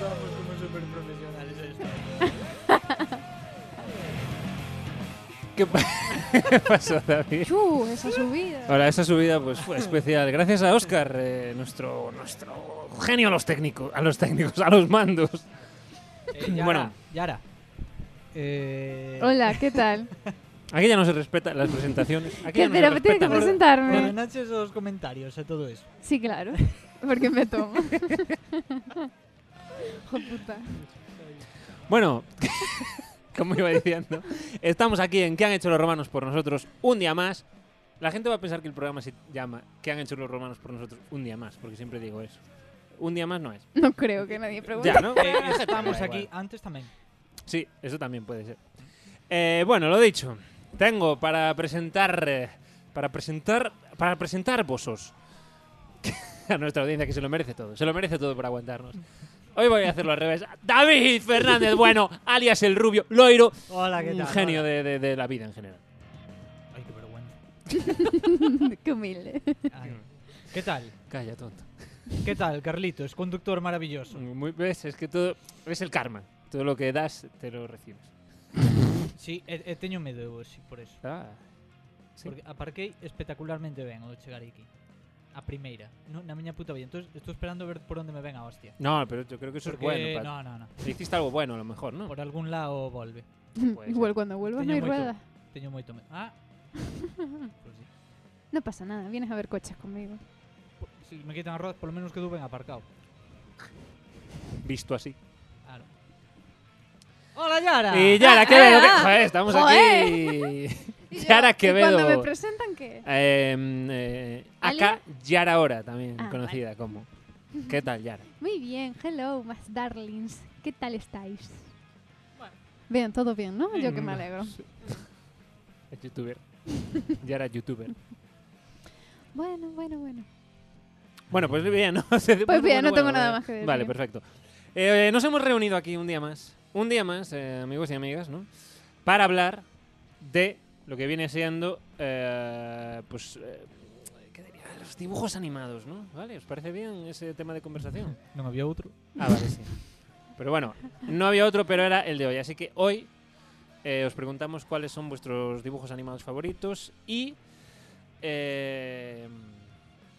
Vamos como súper profesionales ¿Qué, pa- ¿Qué pasó, David? ¡Chu! Esa subida. Ahora, esa subida pues fue especial. Gracias a Oscar, nuestro, nuestro genio a los técnicos, a los técnicos, a los mandos. Eh, Yara, Bueno. Yara. Hola, ¿qué tal? Aquí ya no se respetan las presentaciones. Aquí ¿Qué ya no se pero tiene que respetan las- presentarme. Ordenadse esos comentarios a todo eso. Sí, claro. Porque me tomo. Hijo puta. Bueno, como iba diciendo, estamos aquí en ¿Qué han hecho los romanos por nosotros? Un día más. La gente va a pensar que el programa se llama ¿Qué han hecho los romanos por nosotros? Un día más, porque siempre digo eso. Un día más no es. No creo que nadie pregunte. Ya, ¿no? Estamos Da aquí igual. antes también. Sí, eso también puede ser. Eh, bueno, lo dicho. Tengo para presentar. eh, Para presentar. Para presentar vosos. A nuestra audiencia que se lo merece todo. Se lo merece todo por aguantarnos. Hoy voy a hacerlo al revés. David Fernández Bueno, alias el rubio, Loiro. Hola, Ah, ¿qué tal? Un genio de, de- de la vida en general. Ay, qué vergüenza. Qué humilde. Ay. ¿Qué tal? Calla, tonto. ¿Qué tal, Carlitos? Conductor maravilloso. Muy, ves, es que todo. Es el karma. Todo lo que das, te lo recibes. Sí, he, he teño medo de vos, sí, por eso. Ah, sí. Porque aparquei espectacularmente ben ao chegar aquí. A primeira. No, na miña puta vida. Entonces, estou esperando a ver por onde me ven a hostia. No, pero yo creo que eso Porque... es bueno. Mm. no, no, no. Pat. Hiciste algo bueno, a lo mejor, ¿no? Por algún lado volve. Puede Igual ser. cuando vuelvas no Tenía hay moito- rueda. Teño moito medo. Ah. Pois sí. No pasa nada, vienes a ver coches conmigo. Po- Se me quitan as rodas, polo menos quedo ben aparcado. Visto así. Claro. Hola, Yara. Y Yara Ah, Quevedo, ah, que- ah. joder, estamos aquí. Y yo- Yara ¿y Cuando me Quevedo. presentan, ¿qué? Eh, eh, acá ¿Alia? Yara Ora, también Ah, conocida como. ¿Qué tal, Yara? Muy bien, hello, más darlings. ¿Qué tal estáis? Bien, todo bien, ¿no? Yo que me alegro. Es youtuber. Yara youtuber. Bueno, bueno, bueno. Bueno, pues bien, ¿no? Pues bien, no tengo nada más que decir. Vale, perfecto. Eh, nos hemos reunido aquí un día más. Un día más, eh, amigos y amigas, ¿no? Para hablar de lo que viene siendo, eh, pues, eh, ¿qué diría? Los dibujos animados, ¿no? ¿Vale? ¿Os parece bien ese tema de conversación? Non había outro. Ah, vale, sí. Pero bueno, no había otro, pero era el de hoy. Así que hoy eh, os preguntamos cuáles son vuestros dibujos animados favoritos y. eh,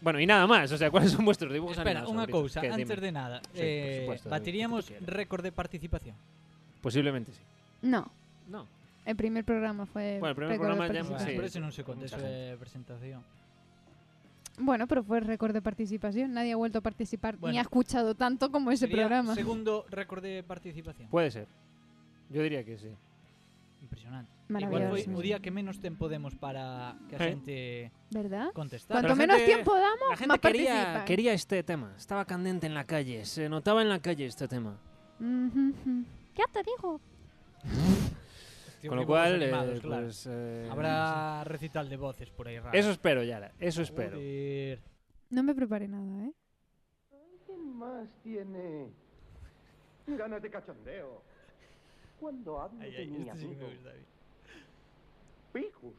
bueno, y nada más. O sea, cuáles son vuestros dibujos Espera, animados. unha favoritos? cousa, Que antes dime. de nada. Sí, por eh, supuesto, David, batiríamos que tú quieras. récord de participación. Posiblemente sí. No, No. el primer programa fue. Bueno, el primer récord de programa ya participación. Sí, Pero eso non se conta, mucha eso é eh, presentación. Bueno, pero fue récord de participación. Nadie ha vuelto a participar ni Bueno. ha escuchado tanto como ese Sería programa. Segundo récord de participación. Puede ser. Yo diría que sí. Impresionante. Igual foi Maravilloso. o día que menos tempo demos para que a Eh. xente ¿Verdad? contestara. Cuanto la menos gente- tiempo damos, La gente más quería, participan. quería este tema. Estaba candente en la calle. Se notaba en la calle este tema. Ujú, ujú. Ya te digo. Tío, Con lo que buenos cual, eh, animados, claro. pues, eh, Habrá recital de voces por aí raro. Eso espero, Yara. Eso espero. Joder. No me preparé nada, ¿eh? ¿Quién más tiene ganas de cachondeo? Cuando hablo Ay, de ay, mi este sí que amigo me gusta. David. Pijus.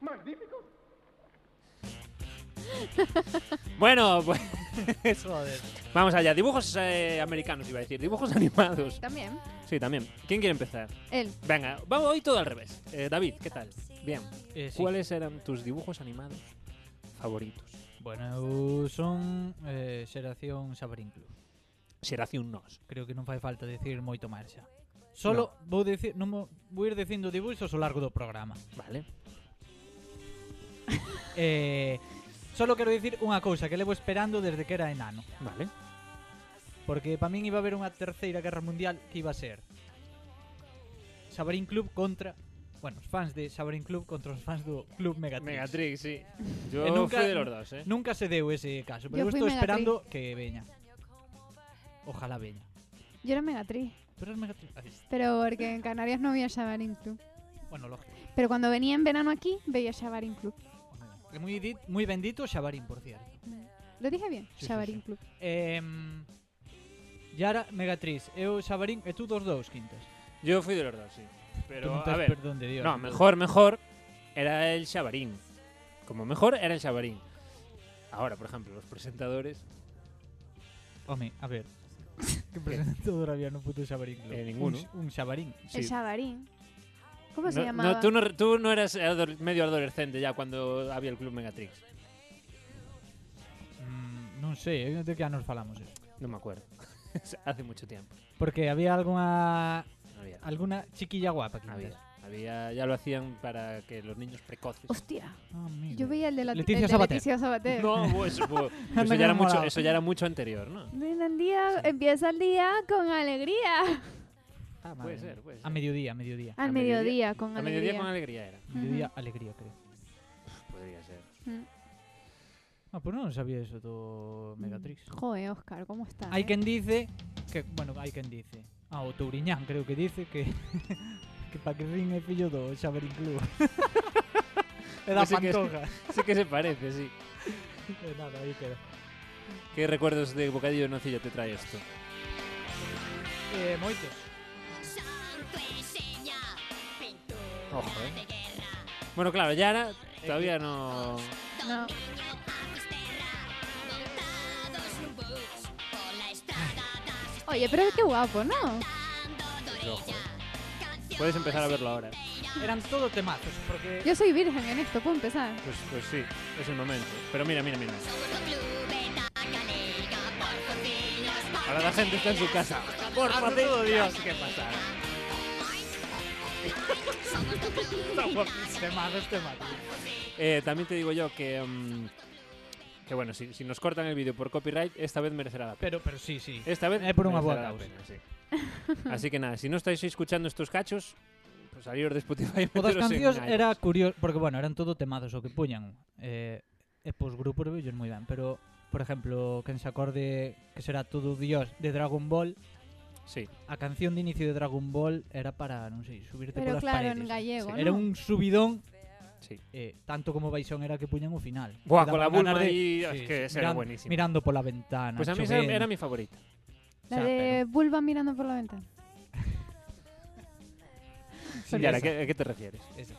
Magnífico. Bueno, pues. Joder. Vamos allá, dibujos eh, americanos iba a decir, dibujos animados. También. Sí, también. ¿Quién quiere empezar? Él. Venga, vamos hoy todo al revés. Eh, David, ¿qué tal? Bien. Eh, sí. ¿Cuáles eran tus dibujos animados favoritos? Bueno, eu son eh, xeración Saberín Club. Seración Nos. Creo que non fai falta decir moito máis xa. Solo vou dicir, non vou, vou ir dicindo dibuixos ao largo do programa. Vale. Eh, solo quero dicir unha cousa que levo esperando desde que era enano. Vale. Porque para min iba a haber unha terceira guerra mundial que iba a ser Sabarín Club contra o Bueno, os fans de Saborín Club contra os fans do Club Megatrix. Megatrix, sí. E Yo nunca- fui de los dos, ¿eh? Nunca se deu ese caso, Yo pero eu fui estou Megatrix. esperando que veña. Ojalá veña. Yo era Megatrix, Tú eres Megatrix. Ay, pero porque en Canarias no había Shabarin Club. Bueno, lógico. Pero cuando venía en verano aquí, veía Shabarin Club. E Muy, di- muy bendito Xabarín, por cierto. Lo dije bien, Sí, sí, Shabarin sí. Club. Eh, Yara, Megatrix, eu Xabarín e tú dos dous quintas. Yo fui de los dos, sí. Tú Pero, non tes a ver, perdón de Dios. no, mejor, mejor era el Shabarín. Como mejor era el Shabarín. Ahora, por ejemplo, los presentadores, Home, a ver. que presentador había no puto Xabarín Club. Eh, ninguno. Un, un Xabarín. sí. El Shabarin. ¿Cómo se No, llamaba? no, tú, no, tú no eras adol- medio adolescente ya cuando había el Club Megatrix. Mm, non sei, eu de que anos falamos. eh. No me acuerdo. Hace mucho tiempo. Porque había alguna Había, alguna chiquilla guapa aquí. había, había- ya lo hacían para que los niños precoces. Hostia, Ah, amigo. yo veía el de la Leticia el de Sabater. Leticia Sabater. No, bu- eso, bu- Anda eso que ya era me mucho, molaba. eso ya era mucho anterior, ¿no? Ven al día, empieza el día con alegría. Ah, madre Puede mía. ser, puede ser. A mediodía, a mediodía. Al A mediodía, mediodía- con A alegría. mediodía con alegría era. Mediodía, alegría, creo. Podría ser. Mm. Ah, pues no sabía eso todo Mm. Megatrix. Joder, Oscar, ¿cómo estás? Hay eh? quien dice que, bueno, hay quien dice. Ah, o Touriñán creo que dice que que Paquirrín é fillo do Xaverín Club. é da Pois é que- pantoja. Sí que se parece, sí. Eh, nada, aí queda. ¿Qué recuerdos de bocadillo de nocilla te trae esto? Eh, moitos. Ojo, ¿eh? Bueno, claro, Yara todavía no... No. Oye, pero qué guapo, ¿no? pero ojo, ¿eh? Puedes empezar a verlo ahora. Eran todo temazos, porque Yo soy virgen en esto, puedo empezar. Pues, pues sí, es el momento. Pero mira, mira, mira. Ahora la gente está en su casa. Por todo Dios, ¿qué pasa? temazos, temazos. Eh, también te digo yo que... mm, que bueno, si, si nos cortan el vídeo por copyright, esta vez merecerá la pena. Pero, pero sí, sí. Esta vez Eh, por unha boa merecerá la causa. pena, sí. Así que nada, si no estáis escuchando estos cachos, pues salíos de Spotify y O meteros das en cancións iTunes. era curioso, porque bueno, eran todo temazos o que puñan. Eh, e pos grupos vellos moi ben, pero por exemplo, quen se acorde que será todo Dios de Dragon Ball, Sí, a canción de inicio de Dragon Ball era para, non sei, subirte Pero polas claro, paredes. en gallego, Era ¿no? un subidón sí. eh, tanto como Baixón era que puñan o final. Buah, Que con la daban ganas Bulma de- ahí, es que esa era buenísima. Mirando por la ventana. Pues a mí esa chovendo. era mi favorita. La O sea, de Bulba mirando por la ventana. Sí, Yara, esa, ¿qué- ¿a qué te refieres? esa.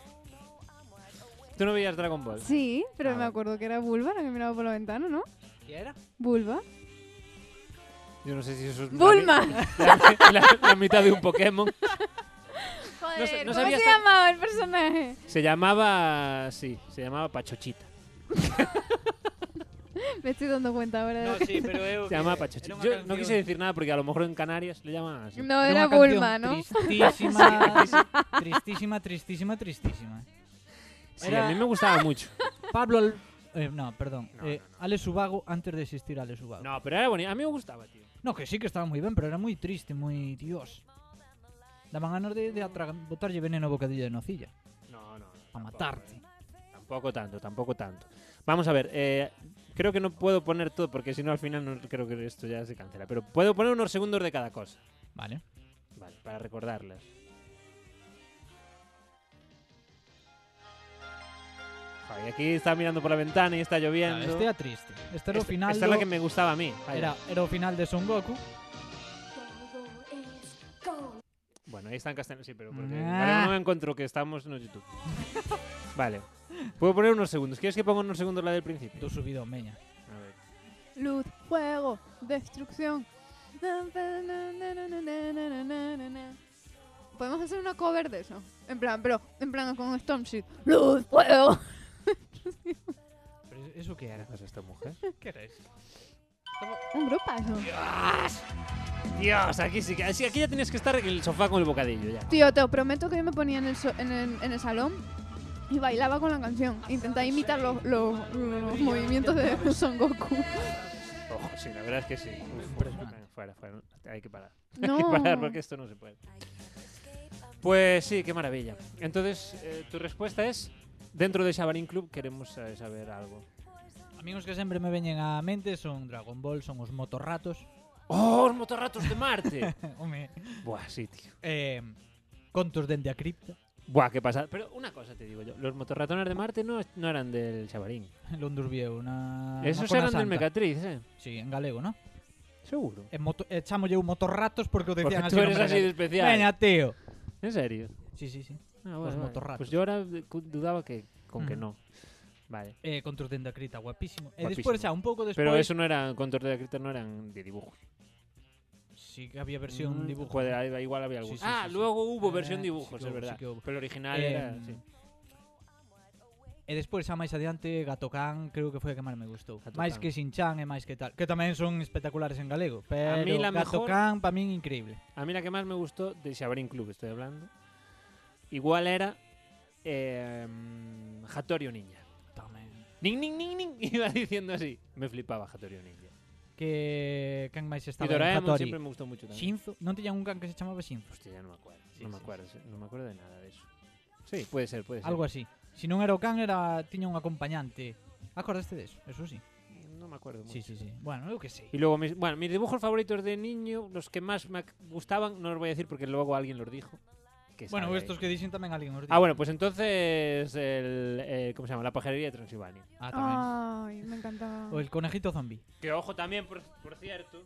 ¿Tú no veías Dragon Ball? Sí, pero Ah, me vale. acuerdo que era Bulba la que miraba por la ventana, ¿no? ¿Qué era? Bulba. Yo no sé si eso es... la ¡Bulma! mi- La, la- la mitad de un Pokémon. Joder, No sé- no ¿cómo se sabía hasta- llamaba el personaje? Se llamaba... Sí, se llamaba Pachochita. Me estoy dando cuenta ahora. de No, lo que- sí, pero eu Se llamaba Pachochita. Yo no quise decir nada porque a lo mejor en Canarias le llaman así. No, era Bulma, ¿no? Tristísima, tristísima, tristísima, tristísima. Sí, Era- a mí me gustaba mucho. Pablo... Al- eh, no, perdón. No, eh, no, no. Ale Subago antes de existir Ale Subago. No, pero era bonito. A mí me gustaba, tío. No, que sí que estaba moi ben, pero era moi triste, moi dios. Daban ganas de, de atragan- botarlle veneno a bocadillo de nocilla. No, no. no, A tampoco, matarte. eh. Tampoco tanto, tampoco tanto. Vamos a ver, eh, creo que no puedo poner todo porque si no al final no, creo que esto ya se cancela. Pero puedo poner unos segundos de cada cosa. Vale. Vale, para recordarlas. Joder, y aquí está mirando por la ventana y está lloviendo. Claro, este era triste. Este era o Esta- final Ah, esta es la do- que me gustaba a mí. Vaya. era, era o final de Son Goku. Bueno, ahí está en castellano, sí, pero porque Ah. vale, no me encuentro que estamos en YouTube. vale. Puedo poner unos segundos. ¿Quieres que ponga unos segundos la del principio? Do subido, meña. A ver. Luz, fuego, destrucción. Na, na, na, na, na, na, na, na, na, na, na. Podemos hacer una cover de eso. En plan, pero en plan con Storm Seed. Luz, fuego. Pero eso que era? ¿Qué pasa esta mujer? Que era eso? Un grupazo. Dios, aquí sí que. sí, aquí ya tienes que estar en el sofá con el bocadillo ya. Tío, te prometo que yo me ponía en el, so- en el, en el salón y bailaba con la canción. Intentaba imitar los, los- los movimientos de Son Goku. Ojo, sí, la verdad es que sí. Uf, uf, Impresionante. fuera, fuera. Hay que parar. Hay Oh. No. que parar porque esto no se puede. Pues sí, qué maravilla. Entonces, eh, tu respuesta es, dentro de Xabarín Club queremos eh, saber algo. Amigos que sempre me veñen á mente son Dragon Ball, son os motorratos. ¡Oh, os motorratos de Marte! Home, Buah, sí, tío. eh, contos dende a cripta. Buah, qué pasada. Pero una cosa te digo yo, los motorratones de Marte no, no eran del Xabarín. Londres viu na... na Esos Cona eran del Santa. Mecatriz, ¿eh? Sí, en galego, ¿no? Seguro. E, moto, e chamolle un motorratos porque o Porque decían así. tú eres no me así de regales. especial. Veña, tío. ¿En serio? Sí, sí, sí. Ah, Los motorratos. Mm. Pues yo ahora eh, cu- dudaba que con que Ujú. no. Vale. Eh, contos dende a cripta, guapísimo. E Guapísimo. despois, xa, un pouco despois... Pero eso no eran, con Torre de Cristo no eran de dibujo. Sí que había versión Mm, dibujo. puede, ah, igual había Sí, algún. sí, ah, sí, sí. luego hubo Eh, versión sí dibujos, que es hubo, verdad. sí que hubo. Pero el original Eh, era. sí. E despois, xa máis adiante, Gatocán creo que foi a que máis me gustou. Gato Máis Can. que Sinchan e máis que tal. Que tamén son espectaculares en galego. A Pero mí la mejor- Gatocán, pa min, increíble. A mí la que más me gustó de Xabarín Club, estoy hablando. Igual era. Eh, mm, Hattori Ninja. Tamén. Ning, ning, ning, ning. Iba diciendo así. Me flipaba Hattori Ninja. Que can máis Y estaba en Doraemon Hattori. siempre me ¿eh? gustó mucho también. Shinzo. Non tiñan un can que se chamaba Shinzo. Hostia, ya no me acuerdo. Sí, no me sí, acuerdo, no me acuerdo de nada de eso. Sí, puede ser, puede ser. Algo así. Se non era o can, era tiña un acompañante. Acordaste deso? Eso sí. Mm, No me acuerdo mucho. Sí, sí, sí. Bueno, eu que sei. Y luego, mis, bueno, mis dibujos favoritos de niño, los que más me ac- gustaban, no los voy a decir porque luego alguien los dijo. que Bueno, sale ahí. estos que dicen tamén alguén os Ah, bueno, pues entonces, el, eh, ¿cómo se llama? La pajarería de Transilvania. Ah, tamén. Ay, me encantaba. O el conejito zombie. Que ojo también, por, por cierto.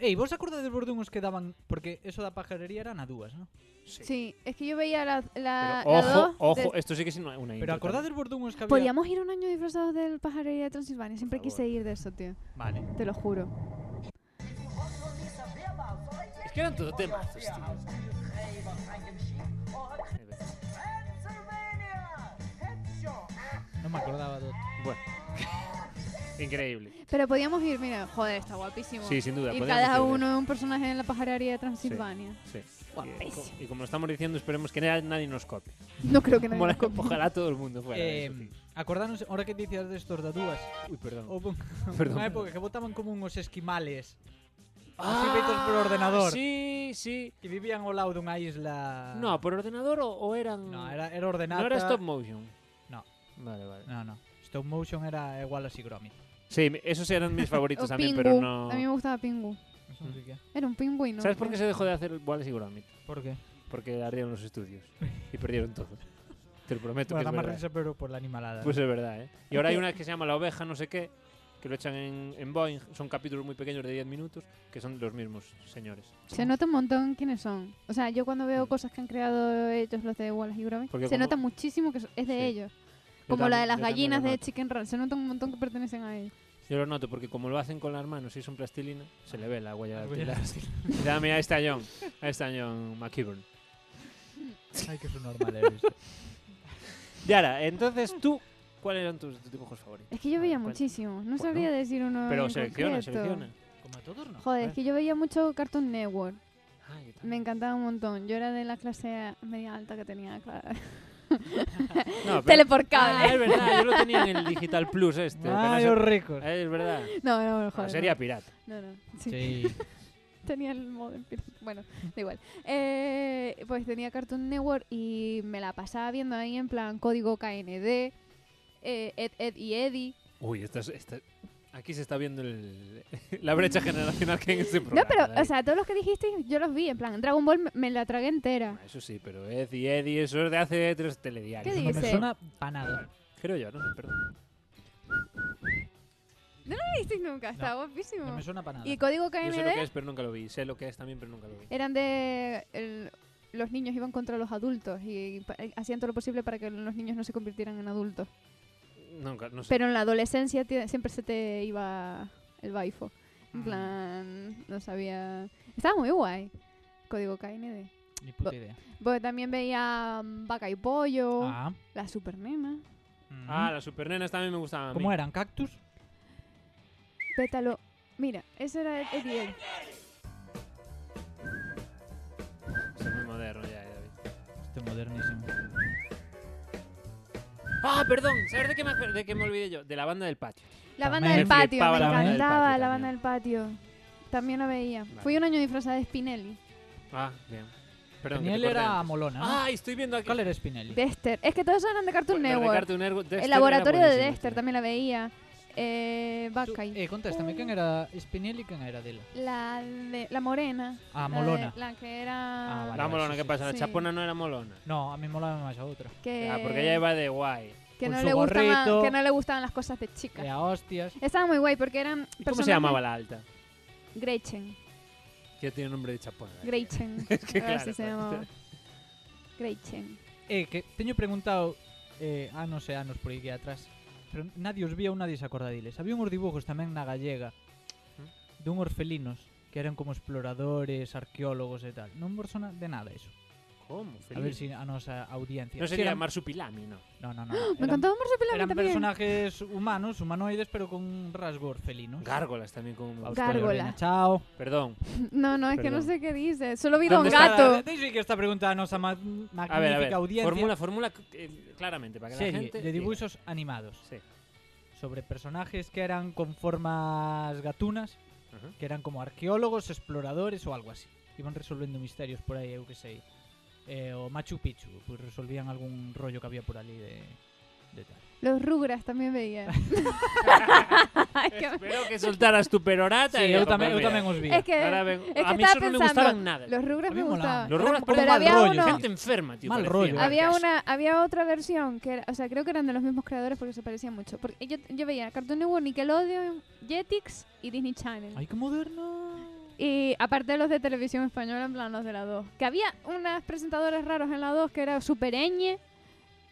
Ei, vos acordades vos duns que daban... Porque eso da pajarería eran a dúas, ¿no? Sí, es que yo veía la, la, Pero ojo, la Ah, dos ojo, de- esto sí que es una, una Pero intro acordades vos duns que había... Podíamos ir un año disfrazados del pajarería de Transilvania. Siempre Por quise ir de eso, tío. Vale. Te lo juro. también. Es que eran todo temas, tío. Non me acordaba do... Bueno. Increíble. Pero podíamos ir, mira, joder, está guapísimo. Sí, sin duda. eh. y podríamos cada hacer- uno un personaje en la pajarería de Transilvania. Sí. Guapísimo. Y, como lo estamos diciendo, esperemos que na- nadie nos copie. No creo que nadie. Mola- Ojalá todo el mundo fuera. de Eh, eso, tío. acordanos, ahora que dicías destos da dúas, Uy, perdón. houve un- Perdón. unha época que botaban como uns esquimales así feitos por ordenador. Ah, Sí, sí. que vivían ao lado dunha isla... No, por ordenador o, o eran. no era, era no ordenada... era stop motion. No. Vale, vale. No, no. Stop motion era igual así Gromi. Sí, me- esos eran mis O favoritos también, Pingu. pero no. A mí me gustaba Pingu. Mm. Era un pingüino. ¿Sabes por qué se dejó de hacer Wallace y Gromit? Por qué? Porque ardieron los estudios y perdieron todo. Te lo prometo. Bueno, que da es máis verdad. risa pero por la animalada. Pues ¿no? es verdad, ¿eh? Y ahora hay una que se llama La Oveja, no sé qué, que lo echan en, en Boeing. Son capítulos muy pequeños de 10 minutos, que son los mismos señores. Se nota un montón quiénes son. O sea, yo cuando veo Mm. cosas que han creado ellos, los de Wallace y Gromit, Porque se como- nota muchísimo que so- es de Sí. ellos. Yo Como la también- de las yo también gallinas lo de noto. Chicken Run. Se nota un montón que pertenecen a ellos. Yo lo noto porque como lo hacen con las manos y son plastilina, se le ve la huella La de huella Ya, mira, ahí está John. Ahí está John McKibben. Ay, que son normal eres. Yara, entonces tú, ¿cuáles eran tus dibujos favoritos? Es que yo veía Cuenta. muchísimo. No Bueno, sabría decir uno. Pero en selecciona, concreto. selecciona. Como a todos, non? Joder, ver. es que yo veía mucho Cartoon Network. Ah, yo Me también. encantaba un montón. Yo era de la clase media alta que tenía, claro. No, pero- Tele por Ah, cable. es verdad, yo lo tenía en el Digital Plus este. que no Ay, sé- os ricos. Eh, es verdad. No, no, no, Ah, joder. sería pirata. No, no. no, sí. Sí. Tenía el modem pirata. Bueno, da igual. Eh, pues tenía Cartoon Network y me la pasaba viendo ahí en plan código KND, eh, Ed, Ed y Eddie. Uy, esta, es- esta- aquí se está viendo el- la brecha generacional que hay en este No, programa. pero, o David. sea, todos los que dijiste yo los vi. En plan, Dragon Ball me, me la tragué entera. Ah, Eso sí, pero Ed y Eddie, eso es de hace tres ¿Qué telediarios. No me dices? suena pa nada. Creo yo, ¿no? Perdón. No lo viste nunca, está guapísimo. No me suena pa nada. "Hmm". y código Yo sé lo que KND es, pero nunca lo vi. Sé lo que es también, pero nunca lo vi. eran de. el- los niños iban contra los adultos y pa- hacían todo lo posible para que los niños no se convirtieran en adultos. Eh, Nunca, no sé. Pero en la adolescencia ti- siempre se te iba el baifo. En Mm. plan, no sabía. Estaba muy guay. Código KND. Ni puta idea. Porque también veía mm, Vaca y Pollo, Ah. La Supernena, mm. Ah, las supernenas también me gustaban. a mí. ¿Cómo eran? ¿Cactus? Pétalo. Mira, eso era Ed, Ed y Eddie. Esto es muy moderno ya, eh, David. Este modernísimo. Ah, perdón. ¿Sabes de qué, me, acuer- de qué me olvidé yo? De la banda del patio. La También banda del me patio, flipaba me la banda del patio encantaba la también. banda del patio. También la veía. Fui un año disfrazada de Spinelli. Ah, bien. Perdón, que te Daniel corte era antes. molona. ¿no? ¡Ay, estoy viendo aquí! ¿Cuál era Spinelli? Dexter. Es que todos eran de Cartoon Bueno, Network. Cartoon Network, Dexter El era laboratorio de buenísimo, Dexter tío. también la veía. Eh, Tú, Buckeye. eh, contéstame, ¿quién era Spinelli y quién era Dela? La de la morena. Ah, la de- Molona. La que era Ah, vale. La molona, sí, ¿qué sí. pasa? La Sí. chapona no era molona. No, a mí molaba más a otra. que, Ah, porque ella iba de guay. que con no su le gustaban, gorrito. que no le gustaban las cosas de chicas. Eh, a hostias. Estaba muy guay porque eran ¿Y ¿Cómo personas se llamaba la alta? muy- Gretchen. Que tiene nombre de chapona. ¿eh? Gretchen. Es que claro. algo pues, este- así se llamaba. Gretchen. Eh, que teño preguntado eh, anos e anos por aquí atrás, pero nadie os vía ou nadie se acorda diles. Había uns dibujos tamén na gallega dun orfelinos que eran como exploradores, arqueólogos e tal. Non vos sona de nada eso. ¿Cómo? A ver si a nosa audiencia. No Si sería eran- Marsupilami, ¿no? No, no, no. no. Me Eran, contaba un marsupilami eran también. personajes humanos, humanoides, pero con rasgo orfelino. Gárgolas también con... Australia Gárgola. Ordena, Chao. Perdón. No, no, es que no Perdón. sé qué dice. Solo vi Don ¿Dónde está Gato. Deixe que esta pregunta a nosa ma magnífica A ver, a ver. audiencia. Fórmula, fórmula eh, claramente para que la serie gente... de dibujos animados. Sí. sobre personajes que eran con formas gatunas, Ajá. que eran como arqueólogos, exploradores ou algo así. Iban resolvendo misterios por aí, eu que sei. Eh, o Machu Picchu, pois resolvían algún rollo que había por ali de, de tal. Los Rugras también veía. Es que- Espero que soltaras tu perorata. Sí, y eu ojo, tamén, eu mira. tamén os vi. Es que, Ahora ven- es que a mí estaba esos no me pensando, gustaban nada. Los Rugras me A mí molaban. gustaban. Los Rugrats Pero por mal había rollo. uno- Gente enferma, tío. Mal parecían. rollo. Había una, había otra versión que era, o sea, creo que eran de los mismos creadores porque se parecían mucho. Porque yo, yo veía Cartoon Network, Nickelodeon, Jetix y Disney Channel. Ai, que moderno. Y aparte de los de televisión española, en plan los de la 2. Que había unas presentadoras raros en la 2 que era Super Ñ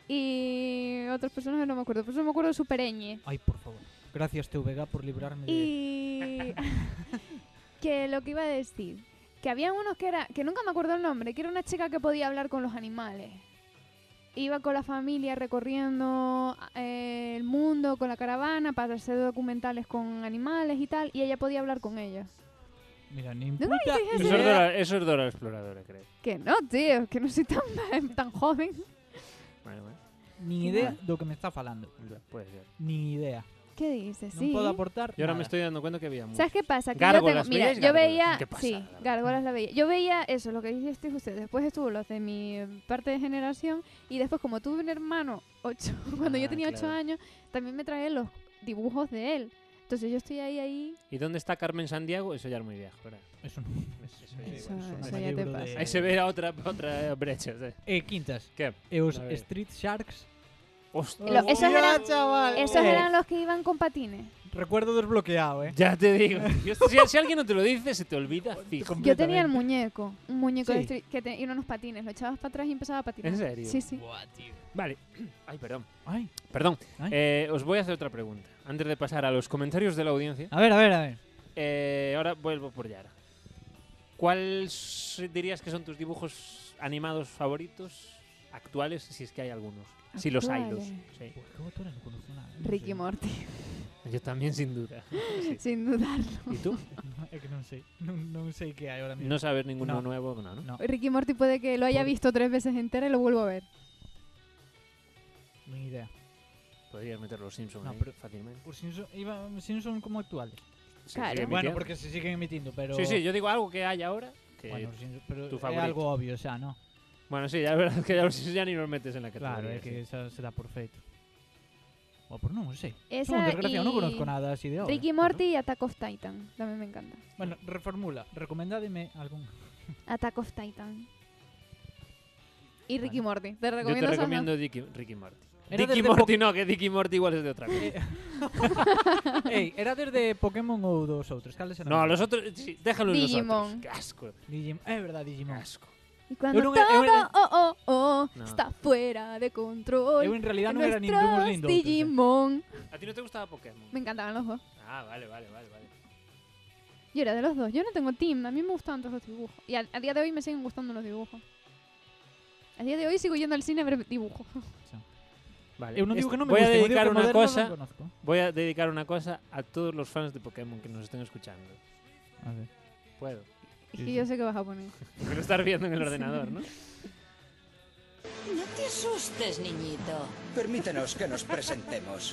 y otros personajes no me acuerdo. Por eso me acuerdo de Super Ñ. Ai, por favor. Gracias TVG por librarme de... Y que lo que iba a decir, que había unos que era, que nunca me acuerdo el nombre, que era una chica que podía hablar con los animales. Iba con la familia recorriendo eh, el mundo con la caravana para hacer documentales con animales y tal, y ella podía hablar con ellos. Mira, nin ¿Nunca puta visteis Eso es idea. Dora, eso es Dora Exploradora, creo. Que no, tío, que no soy tan, tan joven. Bueno, bueno, Ni idea do que me está falando. ya, puede ser. Ni idea. ¿Qué dices? Non sí. podo aportar Yo ahora me nada. estoy dando cuenta que había mucho. ¿Sabes qué pasa? Que yo Gárgolas, tengo, mira, ¿veías yo gárgolas? veía, Qué pasada, sí, la verdad. gárgolas la veía. Yo veía eso, lo que dijiste ustedes. Después estuvo los de mi parte de generación y después como tuve un hermano ocho, cuando Ah, yo tenía ocho claro. años, también me trae los dibujos de él. Entonces yo estoy ahí ahí. ¿Y dónde está Carmen Sandiego? Eso ya es muy viejo. ¿verdad? Eso, Eso- eso ya Eso- igual. eso eso me ya te libro pasa. de- Ahí se ve la otra, otra brecha. ¿sí? Eh, quintas. ¿Qué? E os A ver. Street Sharks Hostia. Lo- esos eran- chaval. Esos Eh. eran los que iban con patines. Recuerdo desbloqueado, eh. Ya te digo. tío. Si, si alguien no te lo dice, se te olvida. Fijo. Yo tenía el muñeco, un muñeco de Sí. street que tenía unos patines, lo echabas para atrás y empezaba a patinar. ¿En serio? Sí, sí. Vale. Ay, perdón. Ay. Perdón. Ay. Eh, os voy a hacer otra pregunta. Antes de pasar a los comentarios de la audiencia. A ver, a ver, a ver. Eh, ahora vuelvo por Yara. ¿Cuáles dirías que son tus dibujos animados favoritos actuales, si es que hay algunos? Si los hay dos. Actuales. Sí. Buah, qué botona, no conozco nada. eh, non Ricky sei. Morty, Yo también, sin duda. Sí. sin dudarlo. ¿Y tú? É que non sei. Non, non sei que hai ahora mismo. No sabes ninguno No. nuevo, no, ¿no? No. Ricky Morty puede que lo haya Por- visto tres veces entera y lo vuelvo a ver. Ni idea. Podrías meter los Simpsons No, ahí pero- fácilmente. Por si non son, iba, si non son como actuales. Se Claro. sigue Bueno, emitiendo. porque se siguen emitindo, pero... Sí, sí, yo digo algo que hay ahora. que- Bueno, Bueno, os Simpsons- pero tu é favorito. algo obvio, xa, no? sí, ya es verdad que ya, los Simpsons ya ni los metes en la categoría. Claro, sí. é que xa se dá por feito. O por non, o sei. Esa Son un desgraciado, non y- conozco nada así de obra. Ricky Morty y Attack of Titan. También me encanta. Bueno, reformula. Recomendádeme algún... Attack of Titan. Y Ricky Morty. Te Yo recomiendo, te esas recomiendo Dicky, Ricky Morty. Era Dicky desde Morty no, que Dicky Morty igual es de otra cosa. Eh, Ei, era desde Pokémon ou dos outros? Cales eran? No, los otros, sí, déjalo en los Digimon. otros. Qué asco, Digimon. É verdad, qué Digimon. asco. dos. Y cuando nunca- eu todo era- oh, oh, oh, No. está fuera de control. Eu en realidad non era nin nuestros dun nin do outro. eh. Digimon. ¿A ti no te gustaba Pokémon? Me encantaban los dos. Ah, vale, vale, vale, vale. Yo era de los dos. Yo no tengo team. A mí me gustaban todos los dibujos. Y a, a día de hoy me siguen gustando los dibujos. A día de hoy sigo yendo al cine a ver dibujos. Vale. Eu non digo Este- Eh, que non me voy a guste, eu digo dedicar que una moderno cosa, non conozco. voy a dedicar una cosa a todos los fans de Pokémon que nos estén escuchando. A ver. Puedo. Es Sí, que sí. yo sé que vas a poner. Me lo estás viendo en el ordenador, ¿no? No te asustes, niñito. Permítenos que nos presentemos.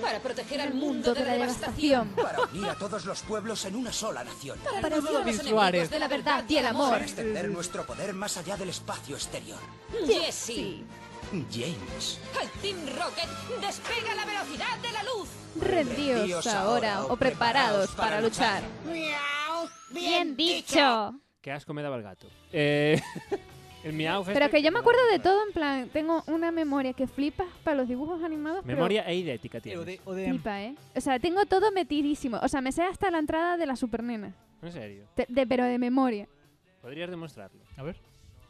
para proteger al mundo de la devastación, Para unir a todos los pueblos en una sola nación. para Parecía derrotar a los Luis enemigos Suárez. de la verdad y el amor. Para extender nuestro poder más allá del espacio exterior. Jesse, James. al Team Rocket despega a la velocidad de la luz. Rendíos ahora o preparados para luchar. Bien dicho. Qué asco me daba el gato. Eh, el miau Pero que yo me acuerdo de todo, en plan, tengo una memoria que flipa para los dibujos animados. pero Memoria e idética Eh, o tienes. de- o de- Flipa, ¿eh? O sea, tengo todo metidísimo. O sea, me sé hasta la entrada de la supernena. En serio. Te- de- pero de memoria. Podrías demostrarlo. A ver.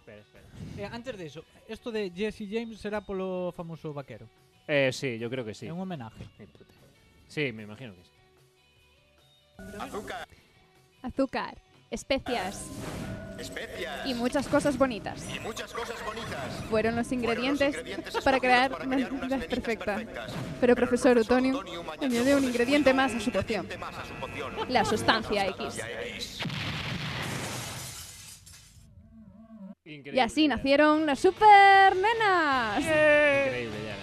Espera, espera. Eh, antes de eso, esto de Jesse James será polo famoso vaquero. Eh, sí, yo creo que sí. É un homenaje. Ni puta idea. Sí, me imagino que sí. Azúcar, Azúcar, especias especias y muchas cosas bonitas. y muchas cosas bonitas. Fueron los ingredientes, para crear unas mezclas perfectas. Pero Pero el profesor Utonio añadió un ingrediente más a su poción. eh, La sustancia X. Increíble, Y así Yara. nacieron las supernenas. Increíble, Yara.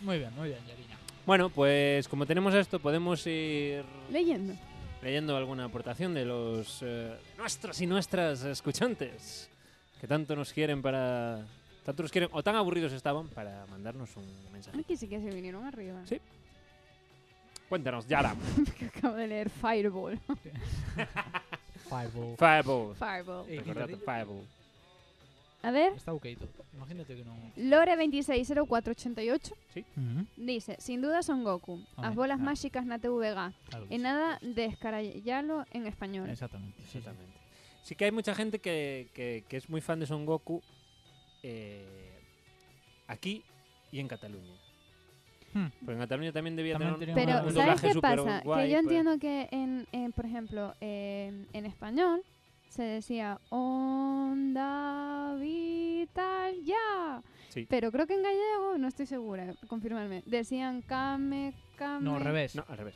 Muy bien, muy bien, Yarina. Bueno, pues como tenemos esto, podemos ir Leyendo. leyendo alguna aportación de los eh, nuestros y nuestras escuchantes que tanto nos quieren para tanto nos quieren o tan aburridos estaban para mandarnos un mensaje. Aquí sí que se vinieron arriba. Sí. Cuéntanos, Yara. Acabo de leer Fireball. Fireball. Fireball. Fireball. Eh, Recordad, guitarrillo. Fireball. A ver, Está ok todo. Imagínate que non... Lore260488 Uh -huh. dice, sin duda son Goku. Hombre, As bolas claro. mágicas na TVG. Claro que E sí. nada de escarallalo en español. Exactamente. sí, sí. Exactamente. Sí que hay mucha gente que, que- que es muy fan de Son Goku eh, aquí y en Cataluña. Hmm. Porque en Cataluña también debía También tener tenía un- Pero un ¿sabes doblaje qué súper pasa? guay, que yo pues. entiendo que, en, en, por ejemplo, eh, en español se decía onda vital ya. Sí. Pero creo que en gallego, no estoy segura, confirmarme. Decían came, came. No, al revés. No, al revés.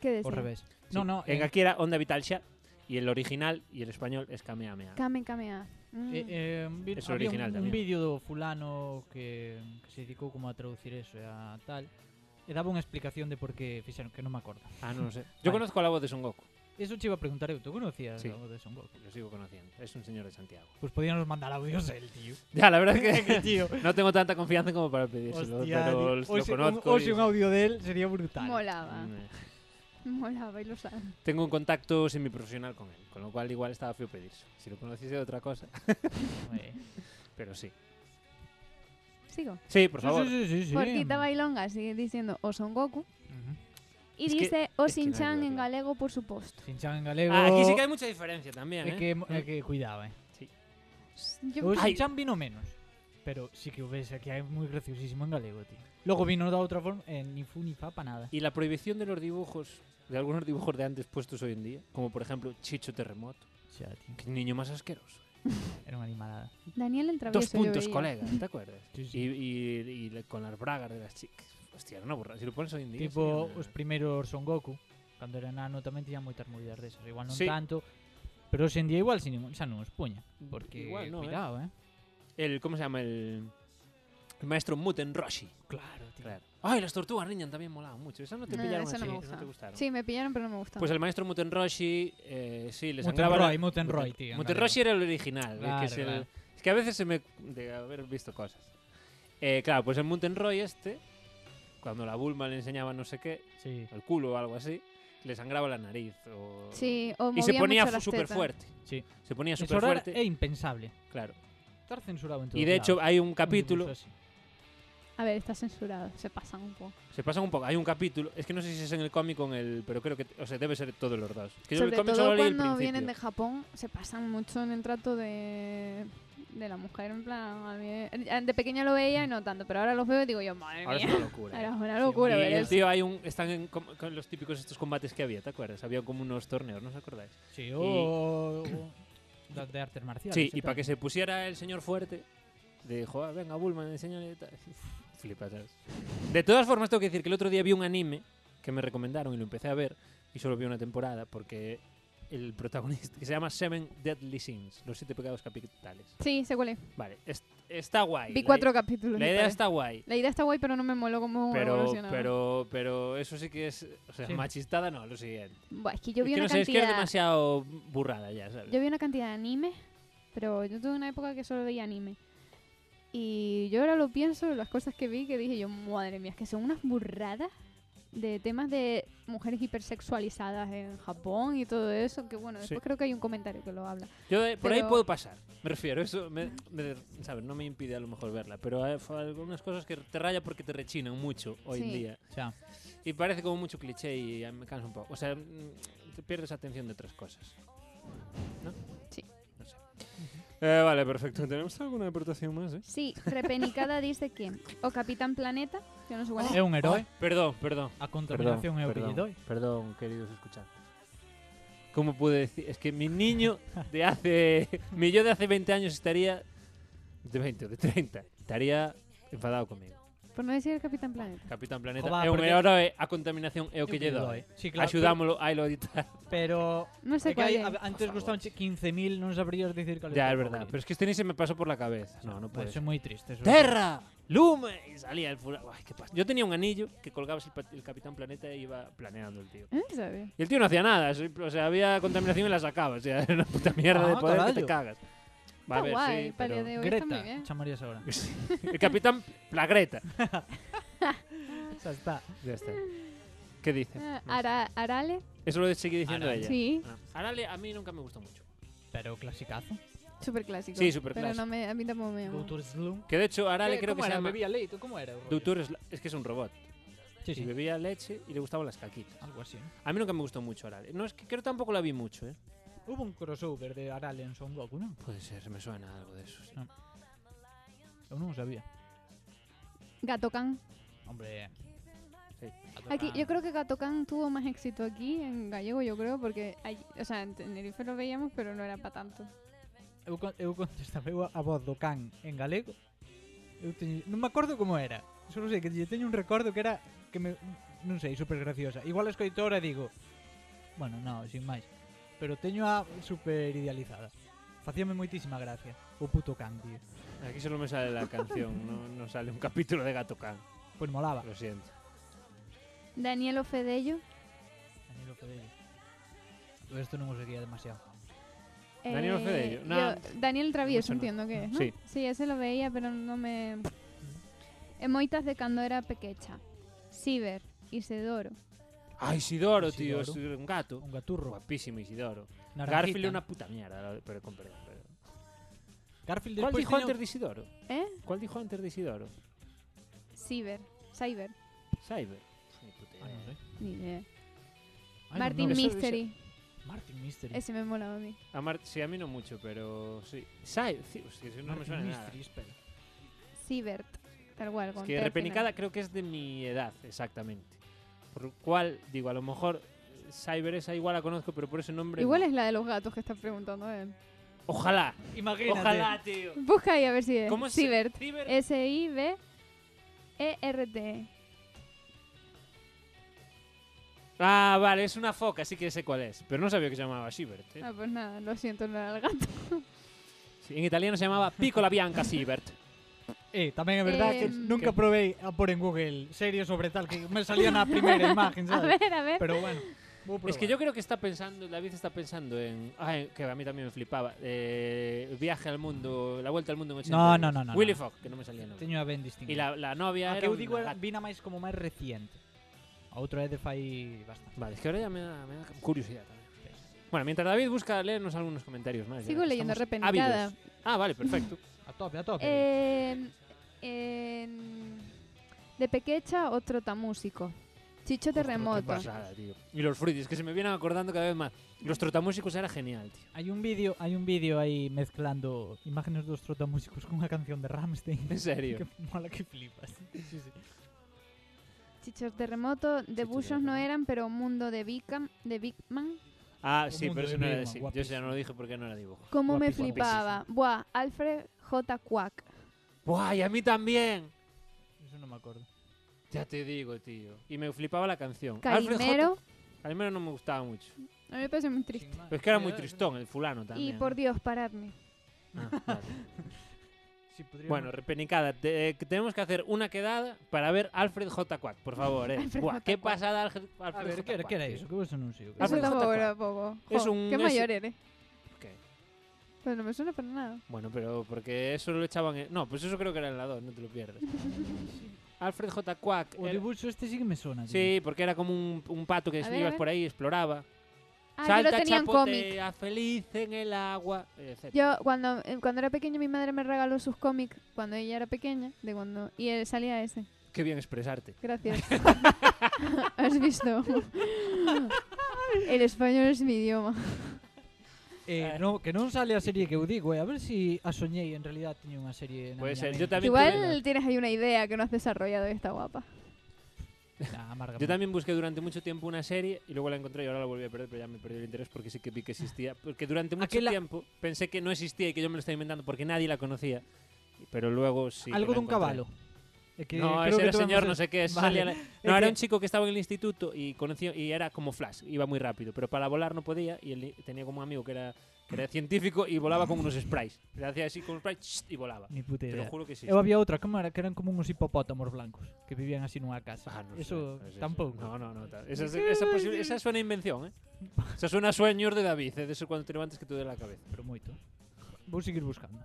¿Qué Ao decían? revés. Sí. No, no, En eh, aquí era Onda Vital Sha y el original y el español es Kamehameha. Came, camea. Mm. Eh, eh, un vi- Es había original un, un también. vídeo do fulano que, que se dedicou como a traducir eso e a tal. E daba unha explicación de por que fixeron, que non me acordo. Ah, no lo sé. Vale. Yo conozco a la voz de Son Goku. Eso che iba a preguntar eu, tú conocías Sí. a voz de Son Goku? Lo sigo conociendo. Es un señor de Santiago. Pois podían nos mandar audios el, tío. Ya, la verdad es que que tío. no tengo tanta confianza como para pedírselo, pero tío. lo Hoxe, un, conozco. hoxe y- un audio del sería brutal. Molaba. Mm, eh. Molaba y lo saben. Tengo un contacto semiprofesional con él, con lo cual igual estaba feo pedirse. Si lo conociese de otra cosa, Eh. pero sí. Sigo. Sí, por Sí, favor. Sí, sí, sí, sí. Porquita Bailonga sigue diciendo o son Goku. Ujú. Y Es que- dice o es que no hay Shin-chan duda, en tío. galego, por supuesto. Sinchan en galego. Ah, aquí sí que hay mucha diferencia también, É ¿eh? que, é que cuidaba, eh. Yo- O Ay. Sinchan vino menos. Pero sí que o ves que hai moi graciosísimo en galego, tío. Logo vino da outra forma, eh, ni fu ni fa pa nada. Y la prohibición de los dibujos, de algunos dibujos de antes puestos hoy en día, como por ejemplo Chicho Terremoto. Xa, tío. Qué niño más asqueroso. Era unha animalada. Daniel en Dos travieso, yo puntos, veía. colega, ¿te acuerdas? Sí, sí. Y, y- y le- con las bragas de las chicas. Hostia, era una burrada. Si lo pones hoy en día. Tipo, sería una- os primeiros Son Goku, cando era nano tamén tiñan moitas movidas desas, igual non Sí. tanto, pero hoxe en día igual sin, xa non os puña, porque Igual non, eh. cuidado, eh. el, ¿Cómo se llama? El, el maestro Muten Roshi. Claro, tío. Claro. Ay, las tortugas ninja también molaban mucho. Esas no te No, pillaron esa no así, me gusta. te gustaron. Sí, me pillaron, pero no me gustaba. Pues el maestro Muten Roshi, eh, sí, le Muten sangraba... la- Roy, Muten Roy, tío, en Muten galego. Roshi era el original. Claro, es, que es el- claro. es que a veces se me... de haber visto cosas. Eh, claro, pues el Muten Roy este, cuando la Bulma le enseñaba no sé qué, Sí, el culo o algo así, le sangraba la nariz. O... Sí, o y se movía ponía mucho las súper tetas. fuerte. sí. Se ponía Eso súper ahora fuerte, é impensable. claro. Estar censurado en todo Y de hecho hay un capítulo... pues A ver, está censurado, se pasan un poco. Se pasan un poco. Hay un capítulo, es que no sé si es en el cómic o en el... Pero creo que... O sea, debe ser todos los dos. Es que yo el Sobre cómic todo solo leí el cuando vienen principio. de Japón, se pasan mucho en el trato de, de la mujer. En plan, a mí- eh, de pequeña lo veía y no tanto, pero ahora los veo y digo yo, madre Ahora es mía. una locura. Era ¿eh? una locura y ver el eso. tío hay un están en com- con los típicos estos combates que había, ¿te acuerdas? Había como unos torneos, ¿no os acordáis? Sí, o... o- da- de artes marciales. sí, y para que se pusiera el señor fuerte, le dijo, "Ah, venga, Bulma, enséñale y tal". Flipa, ¿sabes? De todas formas, tengo que decir que el otro día vi un anime que me recomendaron y lo empecé a ver y solo vi una temporada porque el protagonista, que se llama Seven Deadly Sins, los siete pecados capitales. Sí, sé cuál es. Vale, es- está guay. Vi la cuatro i- capítulos. La me idea parece. está guay. La idea está guay, pero no me moló como Pero, evolucionaba. pero, pero eso sí que es. O sea, Sí. machistada no, lo siguiente. Buah, es que yo vi es que una no sé, es que cantidad... es demasiado burrada ya, ¿sabes? Yo vi una cantidad de anime, pero yo tuve una época que solo veía anime. Y yo ahora lo pienso, las cosas que vi, que dije yo, madre mía, es que son unas burradas de temas de mujeres hipersexualizadas en Japón y todo eso, que bueno, Sí. después creo que hay un comentario que lo habla. Yo de- por ahí Pero- puedo pasar, me refiero. Eso, me- me- ¿sabes? No me impide a lo mejor verla, pero hay f- algunas cosas que te raya porque te rechinan mucho hoy en Sí. día. Ya. Y parece como mucho cliché y ya me cansa un poco. O sea, mm, te pierdes atención de otras cosas. ¿No? Sí. No sé. Eh, vale, perfecto. ¿Tenemos alguna aportación más? eh? Sí, Repenicada dice que, o Capitán Planeta, yo no sé cuál es. Ah. É un herói. Perdón, perdón. A contaminación é o que lle doi. perdón, queridos escuchantes. ¿Cómo pude decir? Es que mi niño de hace. mi yo de hace 20 años estaría. de 20 o de 30. Estaría enfadado conmigo. Eh, Por no decir el Capitán Planeta. Capitán Planeta. Jova, é un porque- heroe, a contaminación é o que lle doi. Sí, claro. Ayudámoslo a lo editar. Pero No sé É que cuál es. hai- a- antes Por gustaban 15.000, non sabrías dicir cal Ya, es verdad. Pero es que este ni se me pasó por la cabeza. No, no puede Pues ser. é moi triste. eso. ¡Terra! ¡Lume! Y salía el fulano. Ay, qué pasa. Yo tenía un anillo que colgabas el, pa- el Capitán Planeta e iba planeando el tío. ¿Eh? ¿Sabes? Y el tío no hacía nada, sí, o sea, había contaminación y la sacaba, o sea, era una puta mierda de Ah, poder que te caballo. cagas. Va Está guay, sí, paleo pero- de hoy está muy Greta, bien. chamarías ahora. El capitán Plagreta. Xa está. Ya está. ¿Qué dice? Ah, No sé. Ara- Arale, Eso lo sigue diciendo Arale. ella. sí, Ah, Arale a mí nunca me gustó mucho. Pero clasicazo. súper clásico. Sí, súper Pero clásico. no me, a mí tampoco me Doutor Slum. Que de hecho Eh, Arale creo que se llama... Eh, Bebía leite, como era? o rollo? Doctor es, es que es un robot. Sí, Y sí. bebía leche y le gustaban las caquitas. Algo así. ¿no? A mí nunca me gustó mucho Arale. No, es que creo tampoco la vi mucho, ¿eh? Hubo un crossover de Arale en Son Goku, non? Puede ser, me suena algo de eso. sí. Eu non o sabía. Gatokan. Hombre. Sí. Aquí, Ah. yo creo que Gatokan tuvo más éxito aquí en gallego, yo creo, porque allí- o sea, en Tenerife lo veíamos, pero no era para tanto. Eu, con- eu contestaba eu a voz do can en galego. Eu teño, non me acordo como era. Só non sei que lle teño un recordo que era que me non sei, super graciosa. Igual a escoito ahora e digo, bueno, non, sin máis. Pero teño a super idealizada. Facíame moitísima gracia o puto can, tío. Aquí solo me sale la canción, no, no sale un capítulo de Gato Khan. Pois molaba. Lo siento. Daniel Ofelello. Danilo Fedello. Eu isto non o seguía demasiado. Daniel Ofelello, nah, eh, Daniel Travieso, mucho no. entiendo que es, ¿no? Sí. ese lo veía, pero no me... Emoitas de cando era pequecha. Ciber, Isidoro. Ah, Isidoro, tío, Isidoro. es un gato. Un gaturro. Guapísimo Isidoro. Naranjita. Garfield es una puta mierda, pero con perdón. pero- Garfield ¿Cuál despois dijo tiña... antes de Isidoro? ¿Eh? ¿Cuál dijo antes de Isidoro? Ciber, Cyber. Cyber. Ni puta idea. Ah, non sei. Ni idea. Ai, non, Martin non. eso- Mystery. Martin Mystery. Ese me molaba a mí. A Mar- sí, a mí no mucho, pero sí. Cyber, sí, hostia, eso no me Martin suena nada. Mystery, espera. Cibert. Tal cual. Es con T que al Repenicada creo que es de mi edad, exactamente. Por lo cual, digo, a lo mejor eh, Cyber esa igual la conozco, pero por ese final. nombre. Igual no. es la de los gatos que estás preguntando él. Ojalá, Imagínate. ojalá, tío. Busca ahí a ver si es. ¿Cómo es? Cibert. Cyber. E S-I-B-E-R-T. Ah, vale, es una foca, así que sé cuál es. Pero no sabía que se llamaba Shibert. ¿eh? Ah, pues nada, lo siento, no era el gato. Sí, en italiano se llamaba Piccola Bianca Shibert. Eh, tamén é verdade que Em, que- nunca probei a por en Google series sobre tal que me salía na primeira imagen, A sabes? ver, a ver. Pero bueno, vou Es probar. que yo creo que está pensando, David está pensando en. Ah, en- que a mí también me flipaba. eh, viaje al mundo, la vuelta al mundo en 80 No, días. no, no, no, Willy no. Fox, que no me salía el nombre. teño a ben distinta. Y la, la novia a era. que eu una digo era gata. vina máis como máis reciente. A outra é de fai bastante. Vale, es que ahora ya me da, me da curiosidad también. Bueno, mientras David busca leernos algunos comentarios más. ya Sigo que leyendo estamos Repenicada. ávidos. Ah, vale, perfecto. A tope, a tope. Eh, en- de pequecha, otro tamúsico. Chicho Qué Terremoto. pasada, tío. Y los frutis, que se me vienen acordando cada vez más. Los trotamúsicos era genial, tío. Hai un vídeo, hai un vídeo aí mezclando imágenes dos trotamúsicos cunha canción de Rammstein. En serio. que mola que flipas. Sí, sí. Chicho Terremoto. De Chicho Busos no Terremoto. eran, pero Mundo de Big, de Big Man. Ah, Un sí, mundo pero de eso no era de Bigman, sí. Yo eso ya guapísimo. no lo dije porque no era dibujo. ¿Cómo me Guapísimo. flipaba? Buah, Alfred J. Quack. ¡Guay! ¡A mí también! Eso non me acordo. Ya te digo, tío. Y me flipaba la canción. Alfred J. Calimero, Al menos no me gustaba mucho. A mí me parece muy triste. Sin más. Pero es que era Sí, muy ¿verdad? tristón el fulano Y también. por Dios, paradme. Ah, vale. Sí, podríamos- Bueno, repenicada, te- eh, que tenemos que hacer una quedada para ver Alfred J. Quack, por favor, eh. Alfred Buah, J. qué Quack. pasada Alfred, A Alfred ver, J. ¿qué, era- Quack, ¿qué era tío. eso? ¿Qué vos anuncio? Ah, Eso pero tampoco Jota, era poco. Es Jo, un- Qué es- mayor eres. ¿Por qué? ¿eh? Pero no me suena para nada. Bueno, pero porque eso lo echaban en... No, pues eso creo que era en la 2, no te lo pierdas. Alfred J. Quack. O era- dibujo este sí que me suena. tío. Sí, porque era como un, un pato que A ver, a ibas ver. por ahí y exploraba. Ah, yo lo Salta, tenía en cómic. chapotea, feliz en el agua, etc. Yo, cuando, eh, cuando era pequeña, mi madre me regaló sus cómics cuando ella era pequeña. de cuando Y él salía ese. Qué bien expresarte. Gracias. ¿Has visto? El español es mi idioma. Eh, no, que non sale a serie que eu digo, eh. A ver si a soñei en realidad tiña unha serie na Puede miña ser, Pois mente. yo también tuve- Igual tienes ahí una idea que no has desarrollado y está guapa. Nah, amárgame. Yo también busqué durante mucho tiempo una serie y luego la encontré y ahora la volví a perder, pero ya me perdí el interés porque sí que vi que existía. Porque durante mucho Aquela- tiempo pensé que no existía y que yo me lo estaba inventando porque nadie la conocía. Pero luego sí. que Algo la dun encontré. cabalo. É que no, ese creo que era tuvemos señor el- no sé qué. ese Vale. salía la- que- No, era un chico que estaba en el instituto y conoció y era como Flash, iba muy rápido, pero para volar no podía y él tenía como un amigo que era, que era científico y volaba con unos sprays. Le hacía así con un spray ¡ch! y volaba. Ni puta Te lo idea. juro que sí. Eu había outra cámara que eran como unos hipopótamos blancos que vivían así nunha casa. Ah, no sé, Eso no sé, tampouco. No, no, no. ta- Esa, esa posi- esa suena a invención, ¿eh? Esa suena a sueños de David, ¿eh? de eso cuando te levantes que te duele la cabeza. Pero moito. Vou seguir buscando.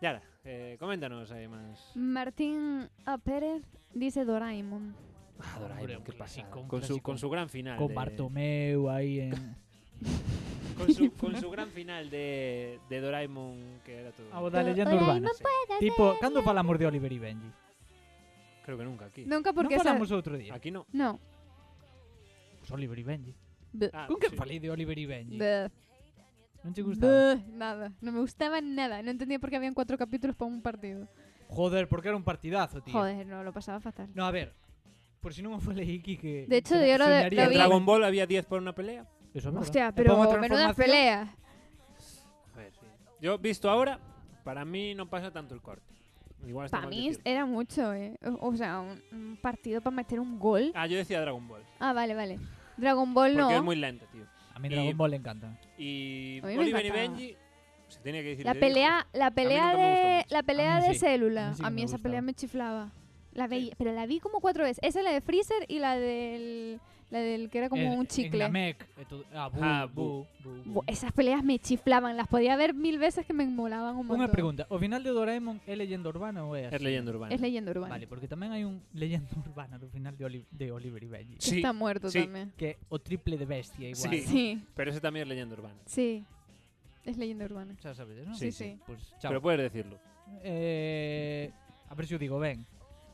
Yara, eh, coméntanos ahí más. Martín A. Pérez dice Doraemon. Ah, Hombre, Doraemon, un qué clásico, pasada. un Con su, clásico. con su gran final. Con de- Bartomeu aí en Con su, con su gran final de, de Doraemon, que era todo. a da leyenda Doraemon urbana. Tipo, cando falamos de Oliver y Benji? Creo que nunca aquí. Nunca porque... non esa- falamos outro día. Aquí no. No. Pues Oliver y Benji. Bleh. Ah, Con que sí. falei de Oliver y Benji? Bleh. Non te gustaba? Bleh. Nada. No me gustaba nada. No entendía por qué habían cuatro capítulos para un partido. Joder, porque era un partidazo, tío. Joder, no, lo pasaba fatal. No, a ver. Por si non o falei aquí que... De hecho, que yo lo de- lo soñaría En vi. con- Dragon Ball había 10 por una pelea. Eso es verdad. Hostia, E pero pon otra menuda información. pelea. A ver, sí. Yo visto ahora, para mí no pasa tanto el corte. Igual está Para mal mí decirlo. era mucho, ¿eh? O o sea, un, un partido para meter un gol. Ah, yo decía Dragon Ball. Ah, vale, vale. Dragon Ball Porque es no. muy lento, tío. A mí Y- Dragon Ball le encanta. Y A mí me Oliver y encantaba. Benji se tenía que decir. La de pelea, la pelea nunca me gustó de mucho. la pelea mí de sí. célula. A mí sí que a me mí esa gustaba. pelea me chiflaba. La veía, pero la vi como cuatro veces. Esa es la de Freezer y la del la del que era como En- un chicle. En Namek. e todo- Ah, bu, Ah, bu, bu, bu. Bu- Esas peleas me chiflaban, las podía ver mil veces que me molaban un montón. Unha pregunta. O final de Doraemon é leyenda urbana ou é Dick. así? Es leyenda urbana. Es leyenda urbana. Vale, porque tamén hai un leyenda urbana do final de, Oli de Oliver y Benji. Que Está muerto sí. también. Que é o triple de bestia igual. Sí. Sí, Pero ese también es leyenda urbana. sí. Es leyenda urbana. Xa sabedes, non? Sí, Sí, sí. Pues chao. Pero puedes decirlo. Eh, a ver se o digo ben.